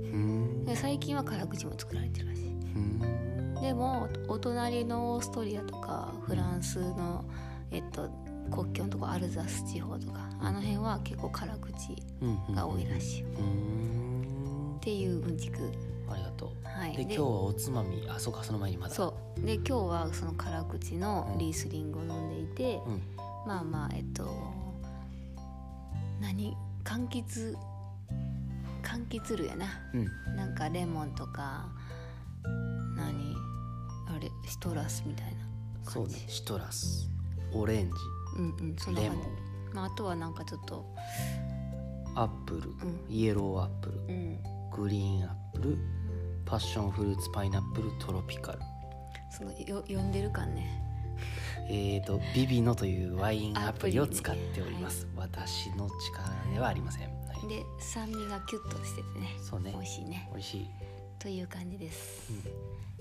Speaker 1: い
Speaker 2: うん
Speaker 1: で最近は辛口も作られてるらしい
Speaker 2: うん
Speaker 1: でもお隣のオーストリアとかフランスの、えっと、国境のとこアルザス地方とかあの辺は結構辛口
Speaker 2: うん
Speaker 1: が多いらしいよ、っ
Speaker 2: うん
Speaker 1: ていううんちく
Speaker 2: ありがと
Speaker 1: は
Speaker 2: う
Speaker 1: い
Speaker 2: で今日はおつまみあそうかその前にまだ
Speaker 1: そうで今日はその辛口のリースリングを飲んでいて、
Speaker 2: うん
Speaker 1: まあまあえっと何柑橘柑橘類やな
Speaker 2: うん
Speaker 1: なんかレモンとか何あれシトラスみたいな
Speaker 2: そ
Speaker 1: 感
Speaker 2: う
Speaker 1: じ
Speaker 2: ねシトラスオレンジ
Speaker 1: うんうんそんな
Speaker 2: レ
Speaker 1: 感
Speaker 2: モン
Speaker 1: じまあ、あとはなんかちょっと、
Speaker 2: アップル
Speaker 1: ん
Speaker 2: イエローアップル
Speaker 1: うん、
Speaker 2: グリーンアップルパッションフルーツパイナップルトロピカル
Speaker 1: そのよ呼んでる感ね
Speaker 2: えー、とビビノというワインアプリを
Speaker 1: アプリね
Speaker 2: 使っております、私の力ではありません、はい、
Speaker 1: で酸味がキュッとしててね
Speaker 2: そうね
Speaker 1: 美味しいね
Speaker 2: 美味しい、
Speaker 1: という感じです、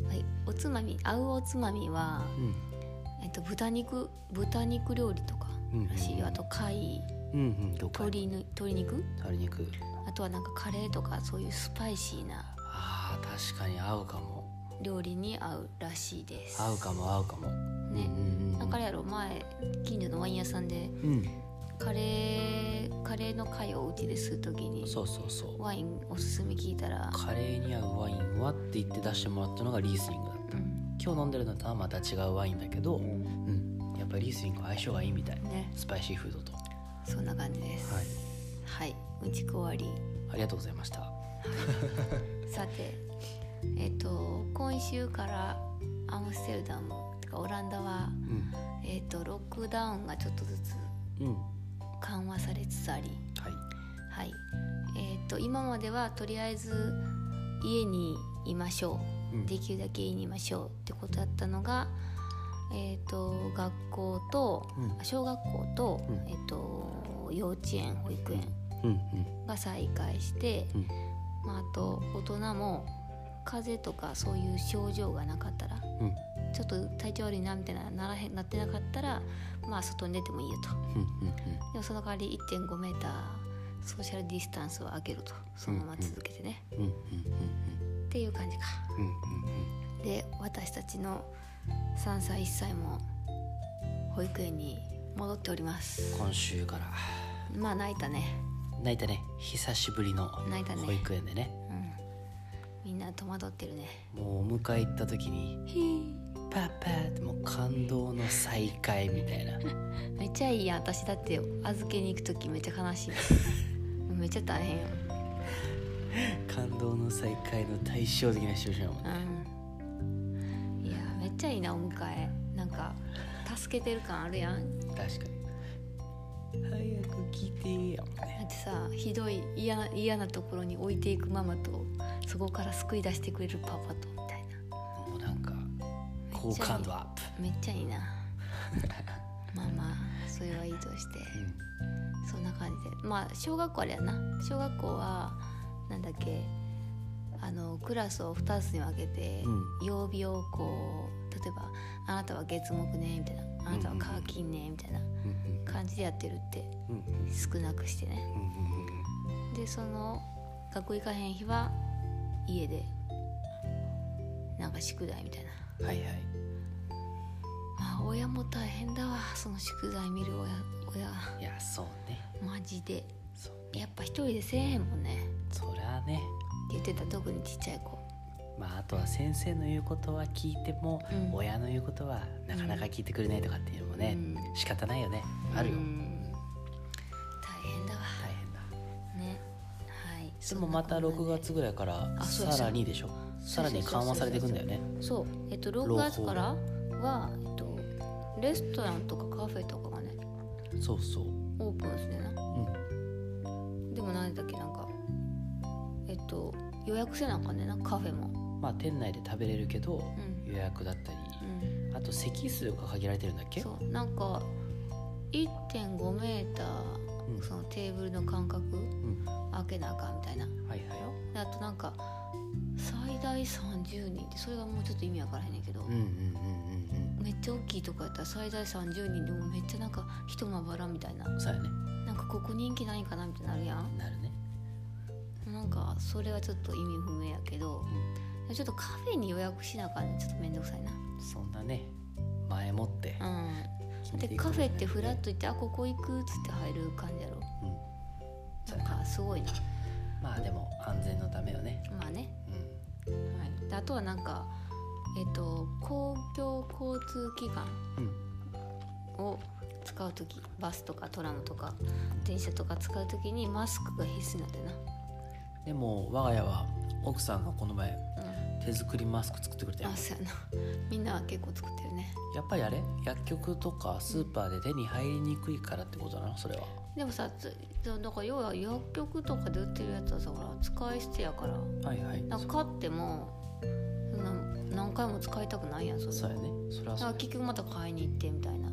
Speaker 1: はい、おつまみ合うおつまみは、
Speaker 2: うん
Speaker 1: えっと、豚肉豚肉料理とか
Speaker 2: うん
Speaker 1: らしいよあと貝
Speaker 2: うんうんうん、どこ
Speaker 1: 鶏ぬ鶏肉
Speaker 2: 鶏肉
Speaker 1: あとはなんかカレーとかそういうスパイシーな
Speaker 2: あー確かに合うかも
Speaker 1: 料理に合うらしいです
Speaker 2: 合うかも合うかも
Speaker 1: ね
Speaker 2: うんうんうん
Speaker 1: なんかあれやろ前近所のワイン屋さんで
Speaker 2: うん
Speaker 1: カレーカレーの貝をうちでする時に
Speaker 2: そうそうそう
Speaker 1: ワインおすすめ聞いたら、
Speaker 2: カレーに合うワインはって言って出してもらったのがリースリングだった
Speaker 1: うん
Speaker 2: 今日飲んでるのとはまた違うワインだけど、うん、やっぱりリースリングは相性がいいみたい
Speaker 1: ね
Speaker 2: スパイシーフードと
Speaker 1: そんな感じです
Speaker 2: はい、
Speaker 1: はい、うんちく終わり
Speaker 2: ありがとうございました
Speaker 1: さてえっ、と今週からアムステルダムてかオランダは、
Speaker 2: うん
Speaker 1: えっとロックダウンがちょっとずつ
Speaker 2: うん
Speaker 1: 緩和されつつあり、
Speaker 2: はい
Speaker 1: はいえっと今まではとりあえず家にいましょ
Speaker 2: う
Speaker 1: うんできるだけ家にいましょうってことだったのが、えっと学校と
Speaker 2: うん
Speaker 1: 小学校と,、
Speaker 2: うん
Speaker 1: えっと幼稚園保育園
Speaker 2: うん
Speaker 1: が再開して、
Speaker 2: うん
Speaker 1: まあ、あと大人も風邪とかそういう症状がなかったら
Speaker 2: うんうん
Speaker 1: ちょっと体調悪いなみたいなならへんなってなかったらまあ外に出てもいいよと
Speaker 2: うん
Speaker 1: でもその代わり1 5メーターソーシャルディスタンスを上げるとそのまま続けてね、
Speaker 2: うんうんうん
Speaker 1: っていう感じか
Speaker 2: うんうんうんうん
Speaker 1: で私たちの3歳1歳も保育園に戻っております
Speaker 2: 今週から
Speaker 1: まあ泣いたね
Speaker 2: 泣いたね久しぶりの
Speaker 1: 泣いたね
Speaker 2: 保育園でね
Speaker 1: うんみんな戸惑ってるね
Speaker 2: もうお迎え行った時に
Speaker 1: ひー
Speaker 2: 「パパ」ってもう感動の再会みたい
Speaker 1: (laughs)
Speaker 2: な
Speaker 1: めっちゃいいやん私だって預けに行く時めっちゃ悲しい (laughs) めっちゃ大変よ、
Speaker 2: 感動の再会の対照的なシチュエーションやもんね
Speaker 1: うん、いやめっちゃいいなお迎えなんか助けてる感あるやんだ
Speaker 2: 確かに早く来てやもんね
Speaker 1: ってさひどい嫌な嫌なところに置いていくママとそこから救い出してくれるパパとみたいな
Speaker 2: もうなんか好感度アッ
Speaker 1: めっちゃい
Speaker 2: (laughs)
Speaker 1: いなまあまあそれはいいとして
Speaker 2: プ、う
Speaker 1: そんな感じでまあ小学校あれやな小学校はなんだっけあのクラスを2つに分けて、
Speaker 2: う
Speaker 1: 曜日をこう例えば「あなたは月木ね」みたいな「あなたは火金ね」みたいなん
Speaker 2: うん
Speaker 1: 感じでやってるって
Speaker 2: うんうん
Speaker 1: 少なくしてね
Speaker 2: うんうんうんうん
Speaker 1: でその学校行かへん日は家でなんか宿題みたいな
Speaker 2: はいはい
Speaker 1: まあ親も大変だわその宿題見る親親
Speaker 2: いやそうね
Speaker 1: マジで
Speaker 2: そうね
Speaker 1: やっぱ一人でせえへんもんね
Speaker 2: そりゃね
Speaker 1: 言ってた特にちっちゃい子
Speaker 2: まああとは先生の言うことは聞いても、
Speaker 1: うん
Speaker 2: 親の言うことはなかなか聞いてくれないとかっていうのもね、
Speaker 1: うん
Speaker 2: 仕方ないよねあるよ、
Speaker 1: うん大変だわ
Speaker 2: 大変だ
Speaker 1: ねはい
Speaker 2: でもまた
Speaker 1: そんなこ
Speaker 2: 6
Speaker 1: んなで
Speaker 2: 月ぐらいから
Speaker 1: あそうや
Speaker 2: さらにでしょ
Speaker 1: そ
Speaker 2: さ
Speaker 1: う
Speaker 2: らに緩和されていくんだよね
Speaker 1: そうえっと6月からは、えっと、レストランとかカフェとかがね
Speaker 2: そうそう
Speaker 1: オープンするな
Speaker 2: うん
Speaker 1: でも何だっけなんかえっと予約せなあかんねんなカフェも
Speaker 2: まあ店内で食べれるけど、
Speaker 1: ん
Speaker 2: 予約だったり
Speaker 1: うん
Speaker 2: あと席数が限られてるんだっけ
Speaker 1: そうなんか1.5メータ
Speaker 2: うん
Speaker 1: ーそのテーブルの間隔
Speaker 2: うんは
Speaker 1: 開けなあかんみたいない
Speaker 2: はい
Speaker 1: であとなんか最大30人ってそれがもうちょっと意味わからへんねんけど、
Speaker 2: うんうんうんうん
Speaker 1: めっちゃ大きいとこやったら最大30人でもめっちゃなんか人まばらみたいな
Speaker 2: うんそうやね
Speaker 1: なんかここ人気ないんかなみたいになるやん
Speaker 2: なるね
Speaker 1: なんかそれはちょっと意味不明やけどちょっとカフェに予約しなあかんねちょっと面倒くさいな
Speaker 2: そんなね前もって
Speaker 1: うん
Speaker 2: 決め
Speaker 1: だって
Speaker 2: ていく
Speaker 1: カ
Speaker 2: ことだ
Speaker 1: フェ
Speaker 2: よね
Speaker 1: ってフラッと行ってあここ行くっつって入る感じやろ
Speaker 2: うんそう
Speaker 1: な
Speaker 2: や
Speaker 1: ん
Speaker 2: な
Speaker 1: かすごいな
Speaker 2: まあでも安全のためよね
Speaker 1: まあね、
Speaker 2: う
Speaker 1: はい、であとはなんかえっ、と公共交通機関
Speaker 2: んうん
Speaker 1: を使う時バスとかトラムとか電車とか使う時にマスクが必須なんだよ
Speaker 2: でも我が家は奥さんがこの前
Speaker 1: な、うん、
Speaker 2: 手作りマスク作ってくれたよ
Speaker 1: あそうやな (laughs) みんなは結構作ってるね
Speaker 2: やっぱりあれ薬局とかスーパーで手に入りにくいからってことなのそれは
Speaker 1: でもさつそうだから要は薬局とかで売ってるやつはさほら使い捨てやから
Speaker 2: はいはい
Speaker 1: なんか買ってもそんな何回も使いたくないやんそれ
Speaker 2: そうやねそれは
Speaker 1: だ
Speaker 2: そ
Speaker 1: か
Speaker 2: う
Speaker 1: ら結局また買いに行ってみたいな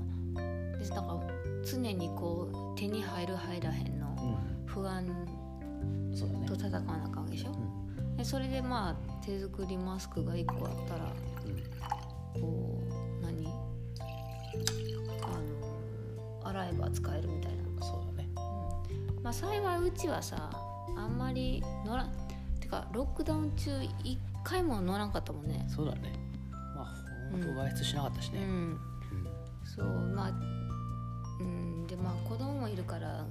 Speaker 1: でなんか常にこう手に入る入らへん
Speaker 2: う
Speaker 1: の不安
Speaker 2: んそうだね
Speaker 1: と戦わなあかんわけでしょ
Speaker 2: うん
Speaker 1: でそれでまあ手作りマスクが1個あったら
Speaker 2: うん
Speaker 1: こう何あの洗えば使えるみたいな
Speaker 2: そうだね
Speaker 1: まあ幸いうちはさあんまり乗らんてかロックダウン中1回も乗らんかったもんね
Speaker 2: そうだねまあほんと外出しなかったし
Speaker 1: う
Speaker 2: ね、う
Speaker 1: ん
Speaker 2: ん
Speaker 1: そうまあうんでまあ子供もいるから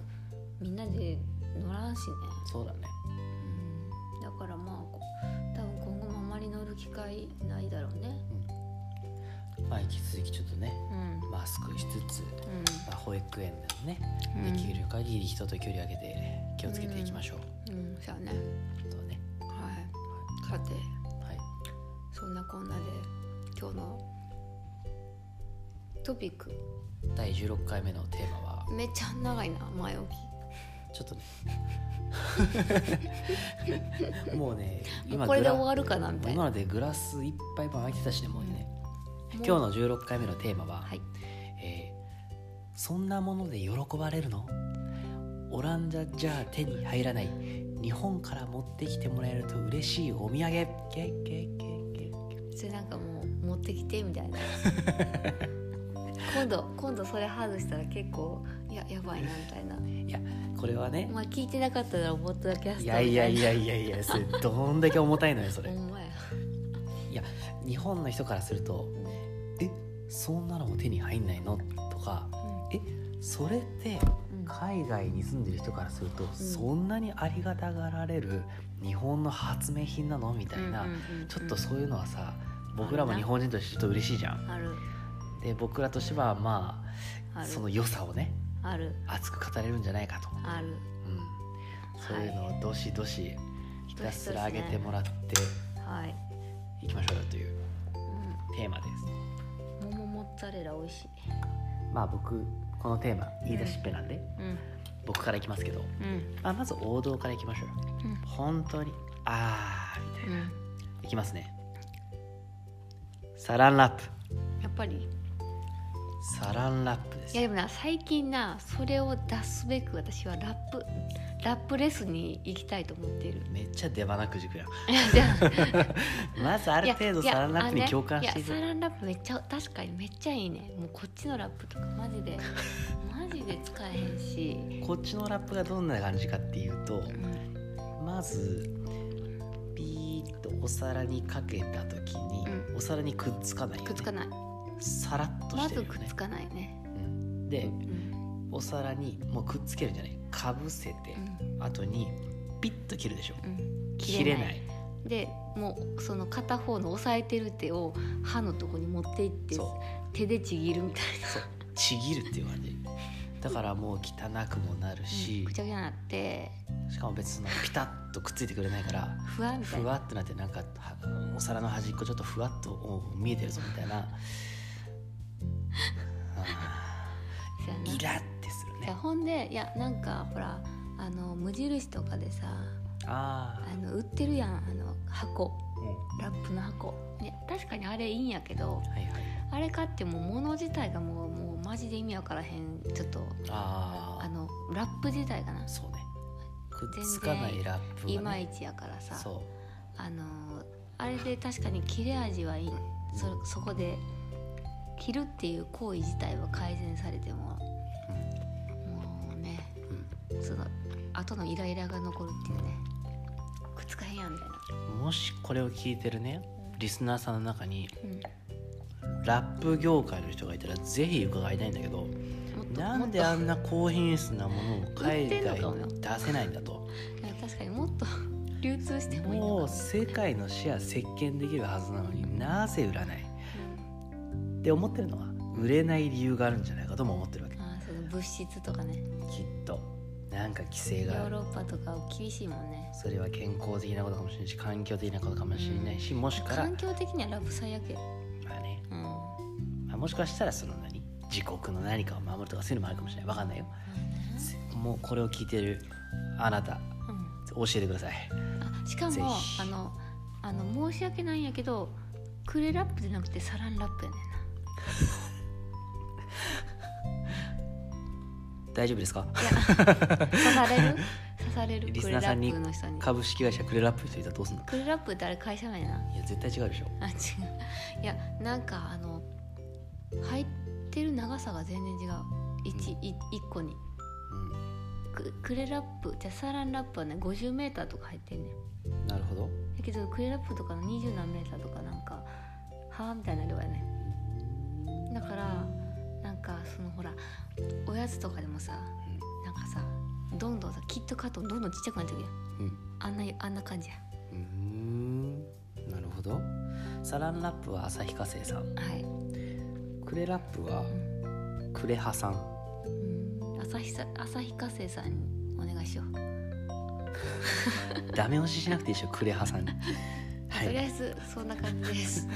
Speaker 1: みんなで乗らんしね、
Speaker 2: そうだね
Speaker 1: うん、だからまあこ多分今後もあまり乗る機会ないだろうね
Speaker 2: まあ引き続きちょっとね
Speaker 1: うん
Speaker 2: マスクしつつ、まあ、保育園でもね
Speaker 1: うん
Speaker 2: できる限り人と距離を上げて気をつけていきましょう、
Speaker 1: うんそうやね
Speaker 2: そうね
Speaker 1: はいさて
Speaker 2: はい
Speaker 1: そんなこんなで今日のトピック
Speaker 2: 第16回目のテーマは
Speaker 1: めっちゃ長いな前置き
Speaker 2: ちょっとね (laughs) もうね
Speaker 1: もうこ
Speaker 2: グ
Speaker 1: れで
Speaker 2: ラ
Speaker 1: 終わるかなみたい
Speaker 2: 今
Speaker 1: な
Speaker 2: のでグラス一杯分空いてたしねもうね、
Speaker 1: も
Speaker 2: 今
Speaker 1: う
Speaker 2: 日の16回目のテーマは、
Speaker 1: はい
Speaker 2: えーそんなもので喜ばれるのオランダじゃ手に入らない日本から持ってきてもらえると嬉しいお土産けけけけ
Speaker 1: それなんかもう持ってきてみ
Speaker 2: (laughs)
Speaker 1: たいな今度今度それ外したら結構いややばいなみたいな
Speaker 2: これはね
Speaker 1: まあ聞いてなかったら思っただけや
Speaker 2: いやいやい
Speaker 1: や
Speaker 2: やいやいやそ
Speaker 1: (laughs)
Speaker 2: れどんだけ重たいのよそ
Speaker 1: ほ
Speaker 2: れ
Speaker 1: んまや
Speaker 2: 日本の人からするとえそんなのも手に入んないのとかそれって
Speaker 1: うん
Speaker 2: 海外に住んでる人からすると、そんなにありがたがられる日本の発明品なのみたいな、
Speaker 1: うんうんうんうん
Speaker 2: ちょっとそういうのはさ僕らも日本人としてちょっと嬉しいじゃん。
Speaker 1: ある
Speaker 2: で僕らとしてはま
Speaker 1: あ
Speaker 2: あ
Speaker 1: る
Speaker 2: その良さをね
Speaker 1: ある
Speaker 2: 熱く語れるんじゃないかと、
Speaker 1: ある
Speaker 2: うん、そういうのをどしどしひたすら上げてもらって
Speaker 1: はい、
Speaker 2: いきましょうよという
Speaker 1: う
Speaker 2: テーマです。
Speaker 1: ん、桃モッツァレラ美味しい
Speaker 2: まあ僕このテーマ言い出しっぺなんで
Speaker 1: うん
Speaker 2: 僕からいきますけど、
Speaker 1: うん
Speaker 2: まあ、まず王道からいきましょうよ
Speaker 1: うん
Speaker 2: 本当にあーみたいな。
Speaker 1: うん
Speaker 2: いきますねサランラップ
Speaker 1: やっぱり
Speaker 2: サランラップで
Speaker 1: い
Speaker 2: す
Speaker 1: やでもな最近なそれを出すべく私はラップラップレスに行きたいと思っ
Speaker 2: (laughs)
Speaker 1: ている
Speaker 2: めっちゃ出花くじくやん
Speaker 1: いやじゃあ
Speaker 2: まずあ
Speaker 1: い
Speaker 2: る
Speaker 1: や
Speaker 2: 程度
Speaker 1: いや
Speaker 2: サランラップ
Speaker 1: あ
Speaker 2: に
Speaker 1: のね
Speaker 2: 共感してい
Speaker 1: い
Speaker 2: く
Speaker 1: やサランラップめっちゃ確かにめっちゃいいねもうこっちのラップとかマ
Speaker 2: (laughs)
Speaker 1: ジでマジで使えへんし、
Speaker 2: こっちのラップがどんな感じかっていうと
Speaker 1: うん
Speaker 2: まずピーッとお皿にかけた時に、
Speaker 1: う
Speaker 2: お皿にくっつかないよ、ね、
Speaker 1: くっつかない
Speaker 2: サラッと
Speaker 1: ま
Speaker 2: して
Speaker 1: ず
Speaker 2: るよ
Speaker 1: くっ
Speaker 2: ね
Speaker 1: つ、かないね、
Speaker 2: うんで
Speaker 1: うん
Speaker 2: お皿にもうくっつけるんじゃないかぶせて、後にピッと切るでしょ
Speaker 1: うんうん
Speaker 2: 切れない
Speaker 1: でもうその片方の押さえてる手を歯のとこに持っていって
Speaker 2: そう
Speaker 1: 手でちぎるみたい
Speaker 2: そうちぎるっていう感じだからもう汚くもなる
Speaker 1: な
Speaker 2: し
Speaker 1: ぐ、ちゃぐちゃになって
Speaker 2: しかも別にそのピタッとくっついてくれないから
Speaker 1: ふわみたい
Speaker 2: ふ
Speaker 1: な
Speaker 2: わってなってなんかはお皿の端っこちょっとふわっとお見えてるぞみたいなあ
Speaker 1: そうやな
Speaker 2: ーイラってする
Speaker 1: いや
Speaker 2: ね
Speaker 1: ほんでいやなんかほらあの無印とかでさ
Speaker 2: あ
Speaker 1: あの売ってるやんあの箱
Speaker 2: あ、うん、
Speaker 1: ラップの箱、ね、確かにあれいいんやけど
Speaker 2: はいはい
Speaker 1: あれ買っても物自体がもうもうマジで意味わからへんちょっと
Speaker 2: あ
Speaker 1: あ
Speaker 2: あ
Speaker 1: のラップ自体がな
Speaker 2: そうねくっつかないラップが、ね、
Speaker 1: いまいちやからさ
Speaker 2: そ
Speaker 1: あのーあれで確かに切れ味はいいそそこで切るっていう行為自体は改善されても、もうね
Speaker 2: う、うん
Speaker 1: その後のイライラが残るっていうねくっつかへんやんみたいな、
Speaker 2: もしこれを聞いてるねリスナーさんの中に
Speaker 1: うん
Speaker 2: ラップ業界の人がいたらぜひ伺いたいんだけど
Speaker 1: もっと
Speaker 2: なんで
Speaker 1: もっ
Speaker 2: あんな高品質なものを海外に出せないんだと
Speaker 1: といや確かにもっと (laughs) 流通してもいいの
Speaker 2: も
Speaker 1: か
Speaker 2: う世界のシェア席巻できるはずなのになぜ売らないって思ってるのは売れない理由があるんじゃないかとも思ってるわけ
Speaker 1: な、うんあーその物質とかね
Speaker 2: きっとなんか規制
Speaker 1: ヨ
Speaker 2: があ
Speaker 1: ー
Speaker 2: る
Speaker 1: ロッパとかは厳しいもんね
Speaker 2: それは健康的なことかもしれないし環境的なことかもしれないしもしから
Speaker 1: 環境的にはラップ最悪や
Speaker 2: まあね、
Speaker 1: うん、
Speaker 2: まあ、もしかしたらその何自国の何かを守るとかそういうのもあるかもしれないわかんないよもうこれを聞いてるあなた
Speaker 1: う
Speaker 2: 教
Speaker 1: ん
Speaker 2: えてください
Speaker 1: あしか
Speaker 2: ぜ
Speaker 1: も
Speaker 2: ひ
Speaker 1: あのあの申し訳ないんやけどクレラップじゃなくてサランラップやねんな
Speaker 2: 大丈夫ですか
Speaker 1: いや刺され
Speaker 2: (laughs)
Speaker 1: る刺される
Speaker 2: リ
Speaker 1: ク
Speaker 2: ス
Speaker 1: レ
Speaker 2: ナーさ
Speaker 1: ラ
Speaker 2: んに
Speaker 1: ップの人に
Speaker 2: 株式会社クレラップの人いたらどうすんの
Speaker 1: クレラップってあれ会社名やない
Speaker 2: や絶対違うでしょ
Speaker 1: あ違ういやなんかあの入ってる長さが全然違う 1,、い一個にククレラップじゃあサランラップはね 50m とか入ってんねん
Speaker 2: うんなるほど
Speaker 1: だけどクレラップとかの20何メーターとかなんかはあみたいな量やねだからなんかそのほらおやつとかでもさなんかさどんどんさキットカットどんどんちっちゃくなってくや
Speaker 2: う
Speaker 1: ん
Speaker 2: ん
Speaker 1: あんなあんな感じや
Speaker 2: うんうーんなるほどサランラップは旭化成さん
Speaker 1: はい、
Speaker 2: クレラップは
Speaker 1: う
Speaker 2: クレハさん
Speaker 1: ん、朝日さ朝日課生さんにお願いしよう、
Speaker 2: ダメ押ししなくていいでしょクレハさんには
Speaker 1: とりあ
Speaker 2: い、
Speaker 1: えずそんな感じです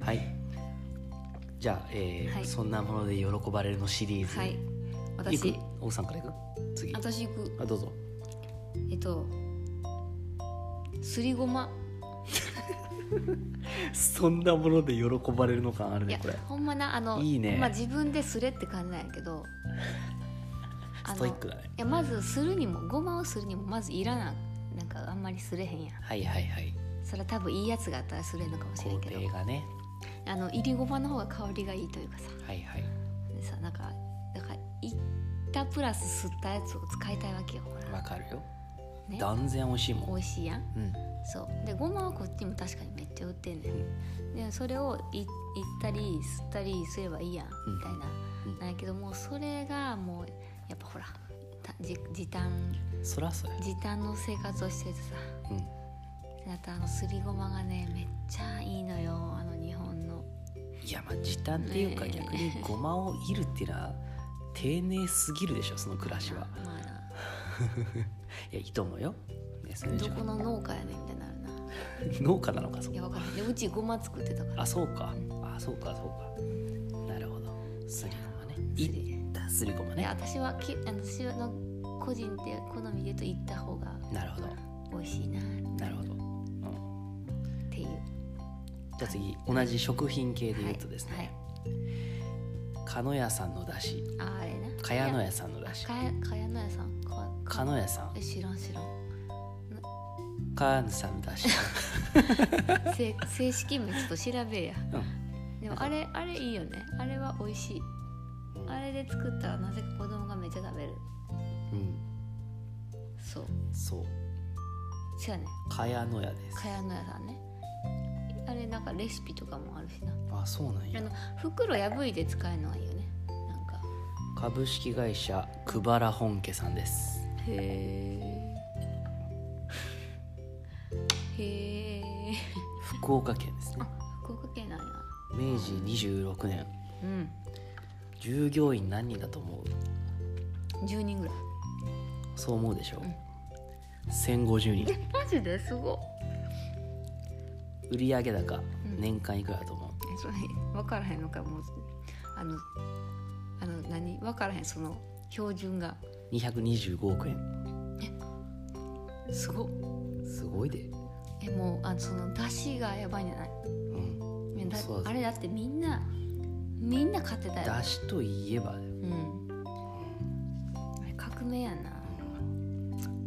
Speaker 2: はい、じゃあ、えー
Speaker 1: はい
Speaker 2: そんなもので喜ばれる」のシリーズ、
Speaker 1: (laughs) はい
Speaker 2: いく
Speaker 1: 私
Speaker 2: 王さんからいく次あ
Speaker 1: 私行く
Speaker 2: どうぞ
Speaker 1: えっとすりごま
Speaker 2: そんなもので喜ばれるの感ある
Speaker 1: い
Speaker 2: ね
Speaker 1: や
Speaker 2: これ
Speaker 1: ほんまなあの
Speaker 2: いいね
Speaker 1: まあ、自分ですれって感じなんやけ
Speaker 2: (laughs)
Speaker 1: どあ
Speaker 2: ス
Speaker 1: の
Speaker 2: トイッ
Speaker 1: い
Speaker 2: クだね
Speaker 1: やまずするにもごまをするにもまずいらななんかあんまりすれへんやん
Speaker 2: はいはいはい
Speaker 1: それは多分いいやつがあったらすれんのかもしれ
Speaker 2: 工
Speaker 1: んけど
Speaker 2: 程がね
Speaker 1: あのいりごまの方が香りがいいというかさ
Speaker 2: はいはい
Speaker 1: でさなんかだからいったプラス吸ったやつを使いたいわけよほら
Speaker 2: わかるよ
Speaker 1: ね
Speaker 2: 断然美味しいもん
Speaker 1: 美味しいやん
Speaker 2: うん
Speaker 1: そうでごまはこっちも確かにめっちゃ売ってんねんでそれをいいったり吸ったりすればいいやん
Speaker 2: ん
Speaker 1: みたいな、
Speaker 2: うん
Speaker 1: なんやけどもうそれがもうやっぱほらたじ時短
Speaker 2: そらそら
Speaker 1: 時短の生活をしててさ
Speaker 2: うん
Speaker 1: であとあのすりごまがねめっちゃいいのよあの日本の
Speaker 2: いやまあ時短っていうか
Speaker 1: ねえ
Speaker 2: 逆にごまをいるっていうのは丁寧すぎるでしょその暮らしは
Speaker 1: まあまあない
Speaker 2: やいいと思うよ、ね、それ (laughs) でし
Speaker 1: ど
Speaker 2: ょ
Speaker 1: この農家やねんみたいになるな
Speaker 2: 農家なのかそ
Speaker 1: いや
Speaker 2: こ
Speaker 1: わかんないでうちごま作ってたから
Speaker 2: あそうかあそうかそうかなるほどすりごまね
Speaker 1: す
Speaker 2: いっ
Speaker 1: り
Speaker 2: たすりごま
Speaker 1: いや
Speaker 2: ね
Speaker 1: 私はき私の個人で好みで言うと行った方が
Speaker 2: なるほど
Speaker 1: 美味しいなっ
Speaker 2: なるほど、うん、
Speaker 1: ていう
Speaker 2: じゃあ次同じ食品系で
Speaker 1: は
Speaker 2: 言
Speaker 1: いう
Speaker 2: とです
Speaker 1: はい
Speaker 2: ね、かのやさんのだし
Speaker 1: ああれな
Speaker 2: かやのやさんのだし
Speaker 1: かやかやのやさんか
Speaker 2: かのやさん
Speaker 1: え知らん知らん
Speaker 2: かんさんのだ
Speaker 1: (laughs)
Speaker 2: し
Speaker 1: せ (laughs) 正式名ちょっと調べや
Speaker 2: うん
Speaker 1: でもあれあれいいよねあれは美味しいあれで作ったらなぜか子供がめっちゃ食べる
Speaker 2: うん
Speaker 1: そう
Speaker 2: そう
Speaker 1: そうやね
Speaker 2: かやのやです
Speaker 1: かやのやさんねあれなんかレシピとかもあるしな
Speaker 2: あそうなん
Speaker 1: あ
Speaker 2: や
Speaker 1: の袋破いて使えるのはいいよねなんか
Speaker 2: 株式会社くばら本家さんです
Speaker 1: へえへえ
Speaker 2: 福岡県ですね
Speaker 1: 福岡県なんや
Speaker 2: 明治26年
Speaker 1: うん
Speaker 2: 従業員何人だと思う
Speaker 1: 10人ぐらい
Speaker 2: そう思うでしょ、
Speaker 1: ん
Speaker 2: 1050人
Speaker 1: えマジですごっ
Speaker 2: 売上高
Speaker 1: ん
Speaker 2: 年間いくらだと思う、
Speaker 1: えそれ分からへんのかもうあのあの何分からへんその標準が
Speaker 2: 225億円
Speaker 1: すごっ
Speaker 2: すごいで
Speaker 1: えもうあのその出汁がやばいんじゃない
Speaker 2: うん
Speaker 1: いやだ
Speaker 2: そうだ
Speaker 1: あれだってみんなみんな買ってたよ
Speaker 2: だしといえばだよ
Speaker 1: うんあれ革命やな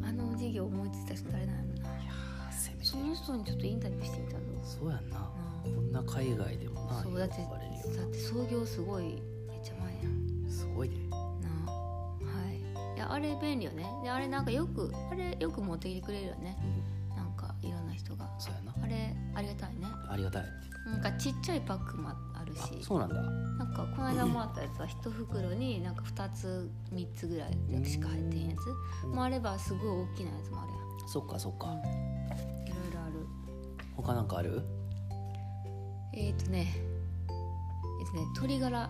Speaker 1: あの事業思いついた人誰なんやろな
Speaker 2: あせめて
Speaker 1: その人にちょっとインタビューしてみたの
Speaker 2: そうやんなこ
Speaker 1: うん
Speaker 2: な海外でもな
Speaker 1: そうだって
Speaker 2: 呼ばれるよ
Speaker 1: だって創業すごいめっちゃ前やん
Speaker 2: すごいで
Speaker 1: なあはいいやあれ便利よねであれなんかよくあれよく持ってきてくれるよねなんかいろんな人が
Speaker 2: そうやな
Speaker 1: あれありがたいね
Speaker 2: ありがたい
Speaker 1: なんかちっちゃいパックもあるし
Speaker 2: あそうなんだ
Speaker 1: なんかこの間もらったやつは1袋になんか2つ3つぐらいしか入ってへんやつ
Speaker 2: うん
Speaker 1: もあればすごい大きなやつもあるや
Speaker 2: そっかそっか
Speaker 1: んいろいろある
Speaker 2: 他なんかある
Speaker 1: えっ、とねえっ、とね鶏ガラ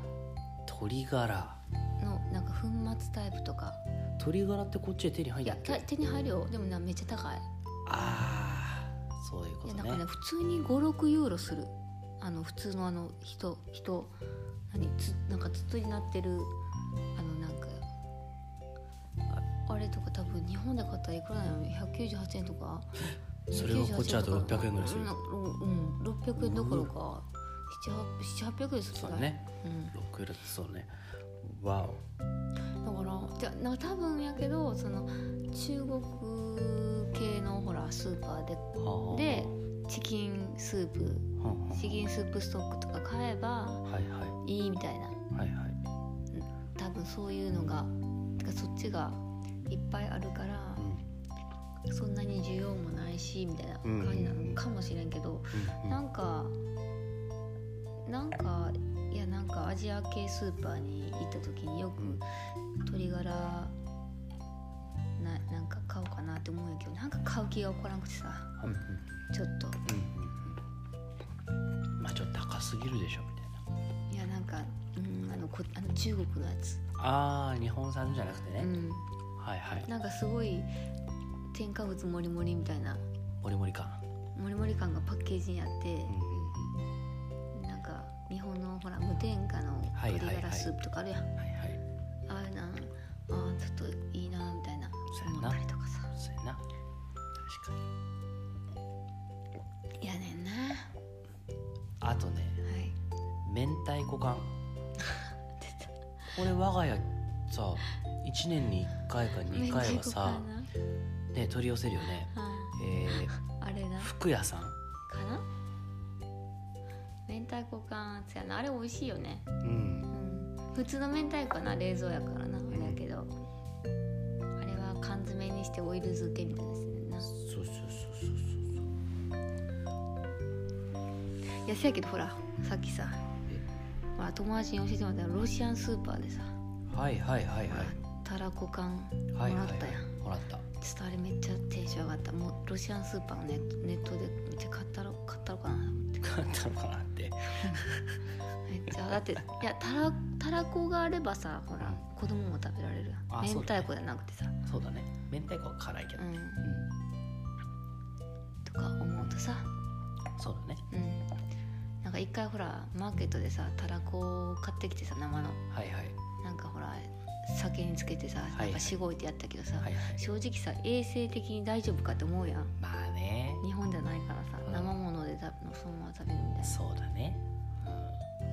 Speaker 2: 鶏ガラ
Speaker 1: のなんか粉末タイプとか
Speaker 2: 鶏ガラってこっちで手に入
Speaker 1: い
Speaker 2: っ
Speaker 1: や
Speaker 2: たっけ
Speaker 1: た手に入るよでもなめっちゃ高い
Speaker 2: ああそういうこ
Speaker 1: い
Speaker 2: と
Speaker 1: や
Speaker 2: ね
Speaker 1: なんかね普通に56ユーロするあの普通のあの人人何つなんか筒になってるあのなんかああれとか多分日本で買ったらいくらなの198円とか
Speaker 2: それがこっちだと600円ぐらいする
Speaker 1: うん、うん、600円どころか700800円する
Speaker 2: そ
Speaker 1: か
Speaker 2: う
Speaker 1: ら
Speaker 2: だね
Speaker 1: うん、だ
Speaker 2: 6だとそうねわお
Speaker 1: からじゃなんか多分やけどその中国系のほらスーパーで
Speaker 2: はあ
Speaker 1: でチキンスープ
Speaker 2: はあはあ
Speaker 1: チキンスープストックとか買えば
Speaker 2: はいはい
Speaker 1: いいみたいな
Speaker 2: はいはい
Speaker 1: 多分そういうのがてかそっちがいっぱいあるからそんなに需要もないしみたいな感じなのかもしれんけど、
Speaker 2: うん
Speaker 1: なんかなんかいやなんかアジア系スーパーに行った時によく
Speaker 2: うん
Speaker 1: 鶏ガラななんか買おうかなって思うんやけどなんか買う気が起こらなくてさ
Speaker 2: うんうんうん
Speaker 1: ちょっと
Speaker 2: うんうんまあちょっと高すぎるでしょみたいない
Speaker 1: やなんか、うん、あのこあの中国のやつ、
Speaker 2: あー日本産じゃなくて
Speaker 1: う
Speaker 2: ね、
Speaker 1: ん、
Speaker 2: はいはい
Speaker 1: なんかすごい添加物もりもりみたいな
Speaker 2: モリモリ感
Speaker 1: もりもり感がパッケージにあっ
Speaker 2: う
Speaker 1: て、
Speaker 2: んうんうん
Speaker 1: なんか日本のほら無添加の
Speaker 2: はいはいはい
Speaker 1: 鶏ガラスープとかあるやん、
Speaker 2: はいはい
Speaker 1: ああいうなんあーちょっといいなみたいな
Speaker 2: そうやな
Speaker 1: 思ったりとかさ
Speaker 2: そうやな確かに
Speaker 1: いやねんなは
Speaker 2: あとね
Speaker 1: い
Speaker 2: 明太子缶
Speaker 1: 出た
Speaker 2: これ我が家さ1年に1回か2回はさ、
Speaker 1: 明太
Speaker 2: ね、取り寄せるよね
Speaker 1: 子かなは
Speaker 2: え
Speaker 1: い (laughs) あれな (laughs)
Speaker 2: ー、服屋さん
Speaker 1: かな明太子缶つやなあれ美味しいよね、
Speaker 2: うん
Speaker 1: うん、普通の明太子はな冷蔵やからなあれやけど、あれは缶詰にしてオイル漬けみたいなやつねんな
Speaker 2: そうそうそうそうそう
Speaker 1: いやせやけどほらさっきさほら友達に教えてもらったロシアンスーパーでさ
Speaker 2: そうはいはいはいはい
Speaker 1: たらこ缶もら
Speaker 2: はいはい
Speaker 1: ったやん、
Speaker 2: はいもらった
Speaker 1: ちょっとあれめっちゃテンション上がったもうロシアンスーパーのネットネットでめっちゃ買ったろ買ったろかなと思って
Speaker 2: 買ったのかなって
Speaker 1: めっちゃだ
Speaker 2: (laughs)
Speaker 1: っていやたらたらこがあればさほら
Speaker 2: う
Speaker 1: 子供も食べられるや
Speaker 2: あ
Speaker 1: ん明
Speaker 2: そうだね
Speaker 1: 太子じゃなくてさ
Speaker 2: そうだね明太子は辛いけ
Speaker 1: う
Speaker 2: ど、うん
Speaker 1: んとか思うとさ
Speaker 2: そうだね
Speaker 1: うんなんか一回ほらマーケットでさたらこを買ってきてさ生の
Speaker 2: はいはい
Speaker 1: なんかほら酒につけてさ
Speaker 2: い
Speaker 1: なんかしごいてやったけどさ、
Speaker 2: はいはい
Speaker 1: 正直さ衛生的に大丈夫かって思うやん
Speaker 2: まあね
Speaker 1: 日本じゃないからさ
Speaker 2: うん
Speaker 1: 生ものでたそのまま食べるみたいな
Speaker 2: そうだね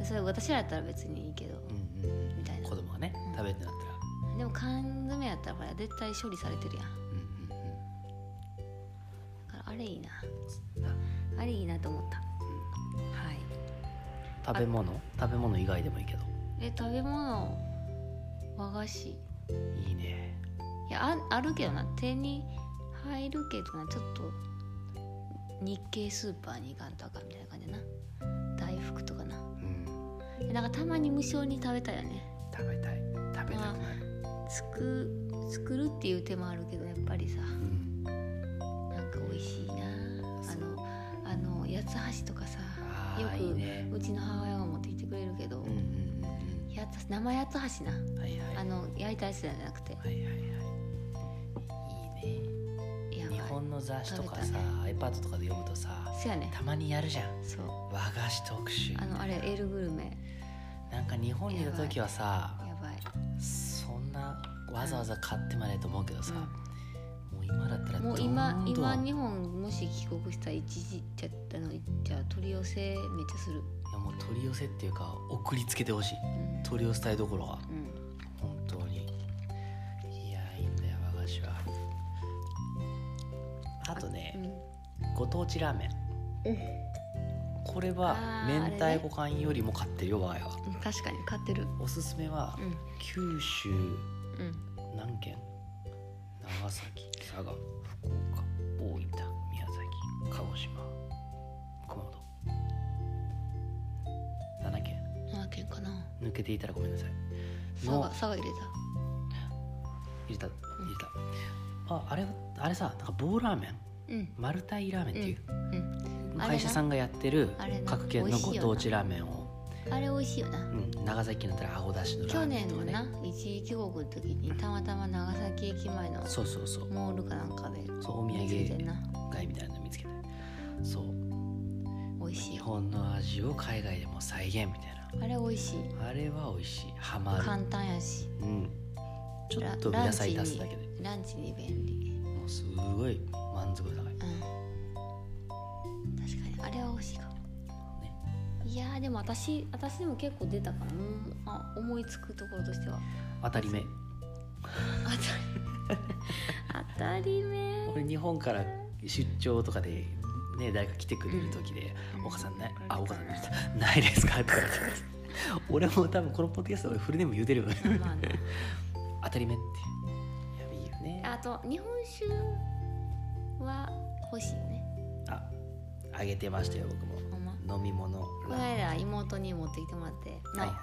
Speaker 1: それ私らやったら別にいいけど
Speaker 2: うんうんうん
Speaker 1: みたいな
Speaker 2: 子供がね
Speaker 1: うん
Speaker 2: 食べるってなったら
Speaker 1: でも缶詰やったらほら絶対処理されてるやん
Speaker 2: うんうんうん
Speaker 1: だからあれいいな
Speaker 2: な
Speaker 1: あれいいなと思ったはい
Speaker 2: 食べ物食べ物以外でもいいけど
Speaker 1: え食べ物和菓子い
Speaker 2: いいね
Speaker 1: やああるけどな手に入るけどなちょっと日系スーパーに行かんとあかんみたいな感じやな大福とかな
Speaker 2: うん
Speaker 1: えなんかたまに無償に食べたいよね
Speaker 2: 食べたい食べたくなる、
Speaker 1: 作作るっていう手もあるけどやっぱりさ
Speaker 2: うん、
Speaker 1: なんか美味しいなあのあの八つ橋とかさ
Speaker 2: あ
Speaker 1: よ
Speaker 2: あ
Speaker 1: く
Speaker 2: いいね
Speaker 1: うちの母親が持ってきてくれるけど、
Speaker 2: うんうんうん
Speaker 1: やつ生八つ橋な
Speaker 2: うんはいはい
Speaker 1: あ
Speaker 2: はい
Speaker 1: の焼いたやつじゃなくて
Speaker 2: はいはいいいね
Speaker 1: や
Speaker 2: 日
Speaker 1: ばい
Speaker 2: 本の雑誌とか
Speaker 1: 食
Speaker 2: さ
Speaker 1: べ
Speaker 2: iPad とかで読むとさ
Speaker 1: そやね
Speaker 2: たまにやるじゃん
Speaker 1: そう
Speaker 2: 和菓子特集
Speaker 1: あのあれエールグルメ
Speaker 2: なんか日本にいた時はさ
Speaker 1: やばい
Speaker 2: そんなわざわざ買ってまでと思うけどさ、
Speaker 1: うん
Speaker 2: もう今だったらど
Speaker 1: も
Speaker 2: ん
Speaker 1: う
Speaker 2: どん
Speaker 1: 今今日本もし帰国したら一時じゃあのじゃあ取り寄せめっちゃする
Speaker 2: いやもう取り寄せっていうか送りつけてほしい
Speaker 1: うん、
Speaker 2: 取り寄せたいどころが
Speaker 1: うん、
Speaker 2: 本当にいやいいんだよ和菓子はあと
Speaker 1: う
Speaker 2: ね
Speaker 1: ん
Speaker 2: ご当地ラーメンこれは
Speaker 1: あー
Speaker 2: 明
Speaker 1: あれね
Speaker 2: 太子缶よりも買ってるよ我が家は
Speaker 1: うん、確かに買ってる
Speaker 2: おすすめは
Speaker 1: うん
Speaker 2: 九州
Speaker 1: うん
Speaker 2: 何県長崎佐賀福岡大分宮崎鹿児島熊本7県
Speaker 1: 何件かな
Speaker 2: 抜けていたらごめんなさい
Speaker 1: 佐
Speaker 2: の
Speaker 1: 賀佐賀入
Speaker 2: 入
Speaker 1: れ
Speaker 2: れた入れたああれあれさなんか棒ラーメン
Speaker 1: たうん
Speaker 2: 丸太ラーメンっていう、
Speaker 1: うんあれな
Speaker 2: 会社さんがやってる
Speaker 1: あれな
Speaker 2: 各県のご当地ラーメンを、
Speaker 1: あれ美味しいよな
Speaker 2: うん、長崎だったらあごだしのラ
Speaker 1: 去
Speaker 2: ーメン
Speaker 1: 年
Speaker 2: とか
Speaker 1: の
Speaker 2: ね
Speaker 1: な一時帰国の時にたまたま長崎駅前の
Speaker 2: そうそうそう
Speaker 1: モールかなんかで
Speaker 2: そうお土
Speaker 1: 見つけて
Speaker 2: 産
Speaker 1: んな
Speaker 2: 街みたいなの見つけてそう
Speaker 1: 美味し
Speaker 2: 日
Speaker 1: い
Speaker 2: 本の味を海外でも再現みたい
Speaker 1: あれ美味しい
Speaker 2: なあれは美味しいハマ
Speaker 1: 簡
Speaker 2: る
Speaker 1: 単やし
Speaker 2: うんちょ
Speaker 1: ラ
Speaker 2: っと野菜出すだけで
Speaker 1: ランチにランチに便利
Speaker 2: もうすごい満足度高い
Speaker 1: うんあれは美味しいかも
Speaker 2: ね
Speaker 1: いやーでも私私でも結構出たかなうんあ思いつくところとしては
Speaker 2: 当たり目
Speaker 1: 当たり当たり目
Speaker 2: 俺日本から出張とかでね誰か来てくれる時で「岡さんないあ岡さんないないですか?」とか言っ
Speaker 1: (laughs)
Speaker 2: て俺も多分このポッドキャストでフルネーム言うてるよね
Speaker 1: まあね
Speaker 2: 当たり目っていうやべいいよね
Speaker 1: あと日本酒は欲しいね
Speaker 2: ああげてましたよ僕
Speaker 1: ほんま
Speaker 2: も飲み物
Speaker 1: この
Speaker 2: ラ
Speaker 1: 間妹に持ってきてもらって、ま
Speaker 2: はい
Speaker 1: あ
Speaker 2: はい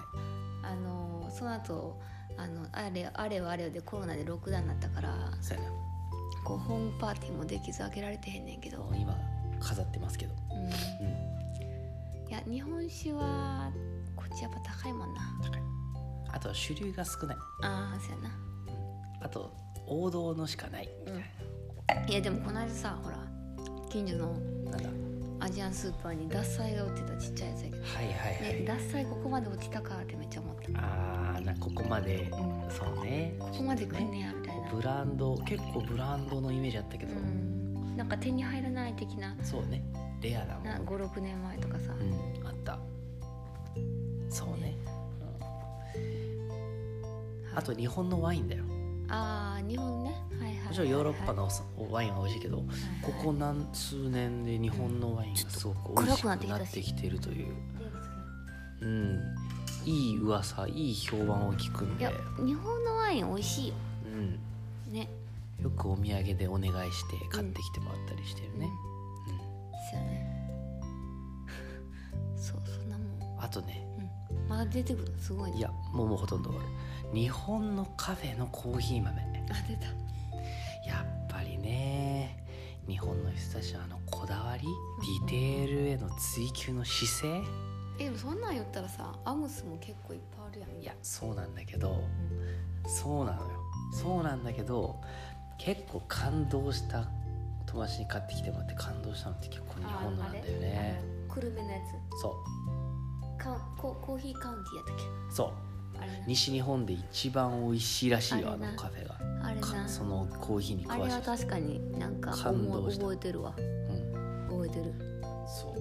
Speaker 1: あのーその後あのあれあれはあれよでコロナでロックダウンになったから
Speaker 2: そうやな
Speaker 1: こうホームパーティーもできず開けられてへんねんけど、
Speaker 2: もう今飾ってますけど
Speaker 1: うん、い
Speaker 2: うん
Speaker 1: や日本酒はこっちやっぱ高いもんな
Speaker 2: 高いあと主流が少ない
Speaker 1: ああそうやな
Speaker 2: あと王道のしかないみたい
Speaker 1: いやでもこの間さほら近所の
Speaker 2: な、なんだ
Speaker 1: アジアンスーパーに獺祭が売ってたちっちゃいやつやけど
Speaker 2: はいはいはい、
Speaker 1: ね獺祭ここまで落ちたかってめっちゃ思った
Speaker 2: あーなここまで
Speaker 1: うん
Speaker 2: そうね
Speaker 1: ここまで来んねやみたいな
Speaker 2: ブランド結構ブランドのイメージあったけど、
Speaker 1: うんなんか手に入らない的な
Speaker 2: そうねレアだも、
Speaker 1: なん56年前とかさ、
Speaker 2: うん、あったそうね、うん、あと日本のワインだよも
Speaker 1: ああ日本ねはいはい
Speaker 2: ちろんヨーロッパのワインは美味しいけどここ
Speaker 1: の
Speaker 2: 何数年で日本のワインがすごく美味しくなってきてるという、うん、いい噂いい評判を聞くん
Speaker 1: い
Speaker 2: で
Speaker 1: や、日本のワイン美味しいよ
Speaker 2: うん、
Speaker 1: ね
Speaker 2: よくお土産でお願いして買ってきてもらったりしてるね、
Speaker 1: うんそうよねそうそんなも
Speaker 2: あとね
Speaker 1: ん、うん、まだ出てくるすごいね
Speaker 2: いやもうもうほとんど終わる日本のカフェのコーヒー豆
Speaker 1: あ出た
Speaker 2: やっぱりね日本の人たちのあのこだわりディテールへの追求の姿勢
Speaker 1: えでもそんなん言ったらさアムスも結構いっぱいあるやん
Speaker 2: いやそうなんだけどそうなのよそうなんだけど結構感動した友達に買ってきてもらって感動したのって結構日本のなんだよね
Speaker 1: 久留米のや
Speaker 2: そ
Speaker 1: つカンココーヒーカウンティーや
Speaker 2: うそう
Speaker 1: ったっけあれな
Speaker 2: 西日本で一番美味しいらしいよあ
Speaker 1: あれな
Speaker 2: のカフェが
Speaker 1: あれ
Speaker 2: か
Speaker 1: な
Speaker 2: そのコーヒーに
Speaker 1: あ
Speaker 2: 詳
Speaker 1: れ
Speaker 2: しい
Speaker 1: は
Speaker 2: 人
Speaker 1: 確かになんか
Speaker 2: 感動した
Speaker 1: 覚えてるわ
Speaker 2: うん
Speaker 1: 覚えてる
Speaker 2: そう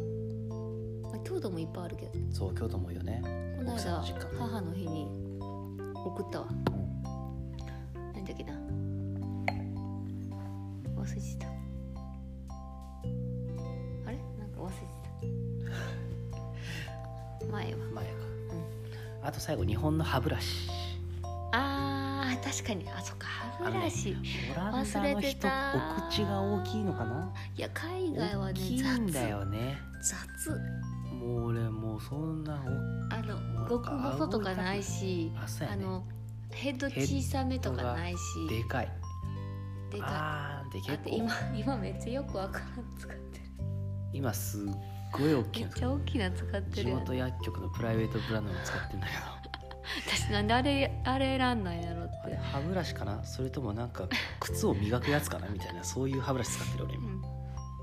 Speaker 1: あ京都もいっぱいあるけど
Speaker 2: そう京都もいいよね
Speaker 1: この
Speaker 2: 奥さん
Speaker 1: 間
Speaker 2: の実家
Speaker 1: 母の日に送ったわ
Speaker 2: うん
Speaker 1: 何だっけな忘れてたあれなんか忘れてた (laughs) 前は
Speaker 2: 前か、あと最後日本の歯ブラシ
Speaker 1: あー確かにあそっか歯ブラシ、
Speaker 2: オランダ
Speaker 1: 忘
Speaker 2: の
Speaker 1: れて
Speaker 2: 人
Speaker 1: た
Speaker 2: お口が大きいのかない
Speaker 1: や海外は
Speaker 2: 大
Speaker 1: ね
Speaker 2: きいんだよね
Speaker 1: 雑雑
Speaker 2: もう俺もうそんな
Speaker 1: あの
Speaker 2: もう
Speaker 1: 極細とかないし
Speaker 2: おあそう
Speaker 1: あ
Speaker 2: やね
Speaker 1: のヘッド小さめとかないし
Speaker 2: でかい
Speaker 1: でか
Speaker 2: あーで
Speaker 1: いだ
Speaker 2: 結
Speaker 1: って
Speaker 2: 構
Speaker 1: 今今めっちゃよくわからん使ってる
Speaker 2: 今すっごい大きい
Speaker 1: めっ
Speaker 2: の
Speaker 1: ちゃ大きな使って
Speaker 2: 地
Speaker 1: るやん
Speaker 2: 元薬局のプライベートブランドを使ってんだけ
Speaker 1: (laughs)
Speaker 2: ど
Speaker 1: 私なんであれあれ選んだんやろっ
Speaker 2: あれ
Speaker 1: て、
Speaker 2: 歯ブラシかなそれともなんか靴を磨くやつかなみたいなそういう歯ブラシ使ってる俺
Speaker 1: う
Speaker 2: 今
Speaker 1: ん、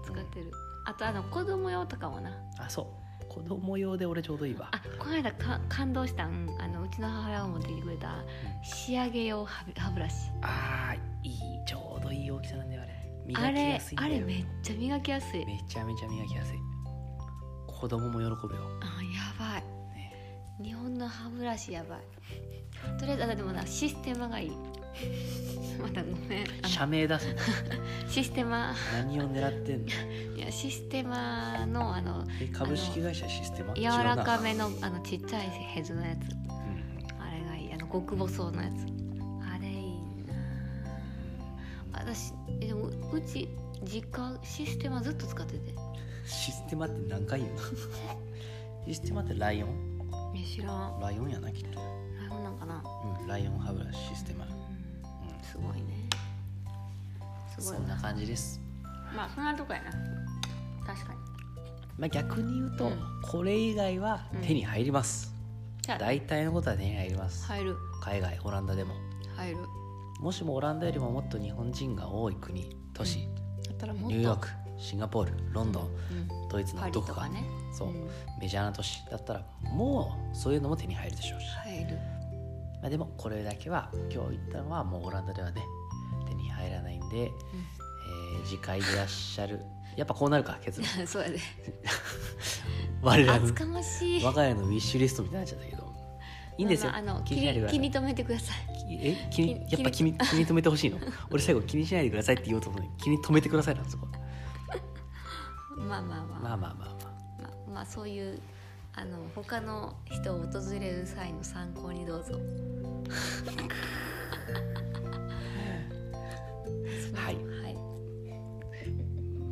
Speaker 1: 使ってるあとあの子供用とかもな
Speaker 2: あそう子供用で俺ちょうどいいわ
Speaker 1: あこの間か感動した、うん、あのうちの母親が持ってきてくれた仕上げ用歯ブ歯ブラシ
Speaker 2: あーいいちょうどいい大きさなんだよあれ
Speaker 1: あ
Speaker 2: 磨き
Speaker 1: れ
Speaker 2: やすいんだ
Speaker 1: あ
Speaker 2: よ
Speaker 1: れめっちゃ磨きやすい
Speaker 2: めちゃめちゃ磨きやすい子供も喜ぶよ、
Speaker 1: あやばい
Speaker 2: ね、
Speaker 1: 日本の歯ブラシやばいとりあえずあでもなシステ
Speaker 2: (laughs)
Speaker 1: マがいいまたごめんあの
Speaker 2: 社名出すの
Speaker 1: システマ
Speaker 2: 何を狙ってんの
Speaker 1: いやシステマのあの
Speaker 2: え株式会社システマ
Speaker 1: 柔らか、めのあのちっちゃいヘッドのやつ
Speaker 2: 違うなうん
Speaker 1: あれがいいあの極細のやつあれいいな私えでもううち実家システマずっと使ってて
Speaker 2: システマって何回言う
Speaker 1: (laughs)
Speaker 2: のシステマってライオン
Speaker 1: え知らん
Speaker 2: ライオンやなきっと、
Speaker 1: ライオンなんかな
Speaker 2: うん、ライオン歯ブラシシステマ、うん、
Speaker 1: うんすごいねすご
Speaker 2: そ
Speaker 1: い
Speaker 2: んな
Speaker 1: な
Speaker 2: 感じです
Speaker 1: まあそんなとこやな確かに
Speaker 2: まあ逆に言うと、
Speaker 1: うん
Speaker 2: これ以外は手に入ります、
Speaker 1: じゃあ
Speaker 2: 大体のことは手に入ります、
Speaker 1: 入る
Speaker 2: 海外オランダでも
Speaker 1: 入る
Speaker 2: もしもオランダよりももっと日本人が多い国都市、
Speaker 1: だったらもっと
Speaker 2: ニューヨークシンガポールロンドン
Speaker 1: うん
Speaker 2: ドイツ
Speaker 1: パ
Speaker 2: の
Speaker 1: リ
Speaker 2: ど
Speaker 1: と
Speaker 2: こか
Speaker 1: かね
Speaker 2: そう、
Speaker 1: ん
Speaker 2: メジャーな都市だったらもうそういうのも手に入るでしょうし、
Speaker 1: 入る (laughs)
Speaker 2: まあ、でもこれだけは今日言ったのはもうオランダではね手に入らないんで、えー次回いらっしゃるやっぱこうなるか結論
Speaker 1: そうやで
Speaker 2: 我らの
Speaker 1: 厚かましい
Speaker 2: 我が家のウィッシュリストみたいになっちゃったけどいいんですよ
Speaker 1: まあまああの
Speaker 2: 気に
Speaker 1: 気
Speaker 2: しないでく
Speaker 1: に
Speaker 2: ださ
Speaker 1: 気
Speaker 2: い
Speaker 1: に留めてくだ
Speaker 2: え
Speaker 1: さい
Speaker 2: 気に
Speaker 1: 気
Speaker 2: やっ
Speaker 1: に
Speaker 2: ぱ気に気に留めてほしいの俺最後気にしないでくださいって言おうと思うのに気に留めてくださいなんそこ
Speaker 1: まあまあまあ、ま
Speaker 2: ま
Speaker 1: あ
Speaker 2: あまあまあま
Speaker 1: まあ、そういうあの他の人を訪れる際の参考にどうぞ
Speaker 2: はい
Speaker 1: はい、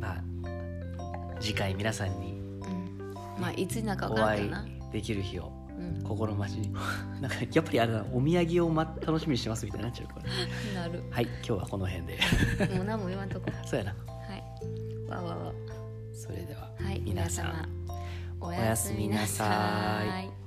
Speaker 2: あまあ次回皆さんに
Speaker 1: うん、まあいつになるか
Speaker 2: お
Speaker 1: 分からん
Speaker 2: 会
Speaker 1: けど
Speaker 2: い
Speaker 1: な、
Speaker 2: できる日を
Speaker 1: うん、
Speaker 2: 心待ちに (laughs) なんかやっぱりあれだなお土産を、ま、楽しみにしてますみたいになっちゃうから
Speaker 1: なる
Speaker 2: はい今日はこの辺で
Speaker 1: (laughs)
Speaker 2: (laughs)
Speaker 1: もう何も言わんとこ
Speaker 2: そうやな
Speaker 1: はいわわわ
Speaker 2: それでは
Speaker 1: はい皆
Speaker 2: 皆さん
Speaker 1: 様お
Speaker 2: やすみなさい
Speaker 1: やすみなさい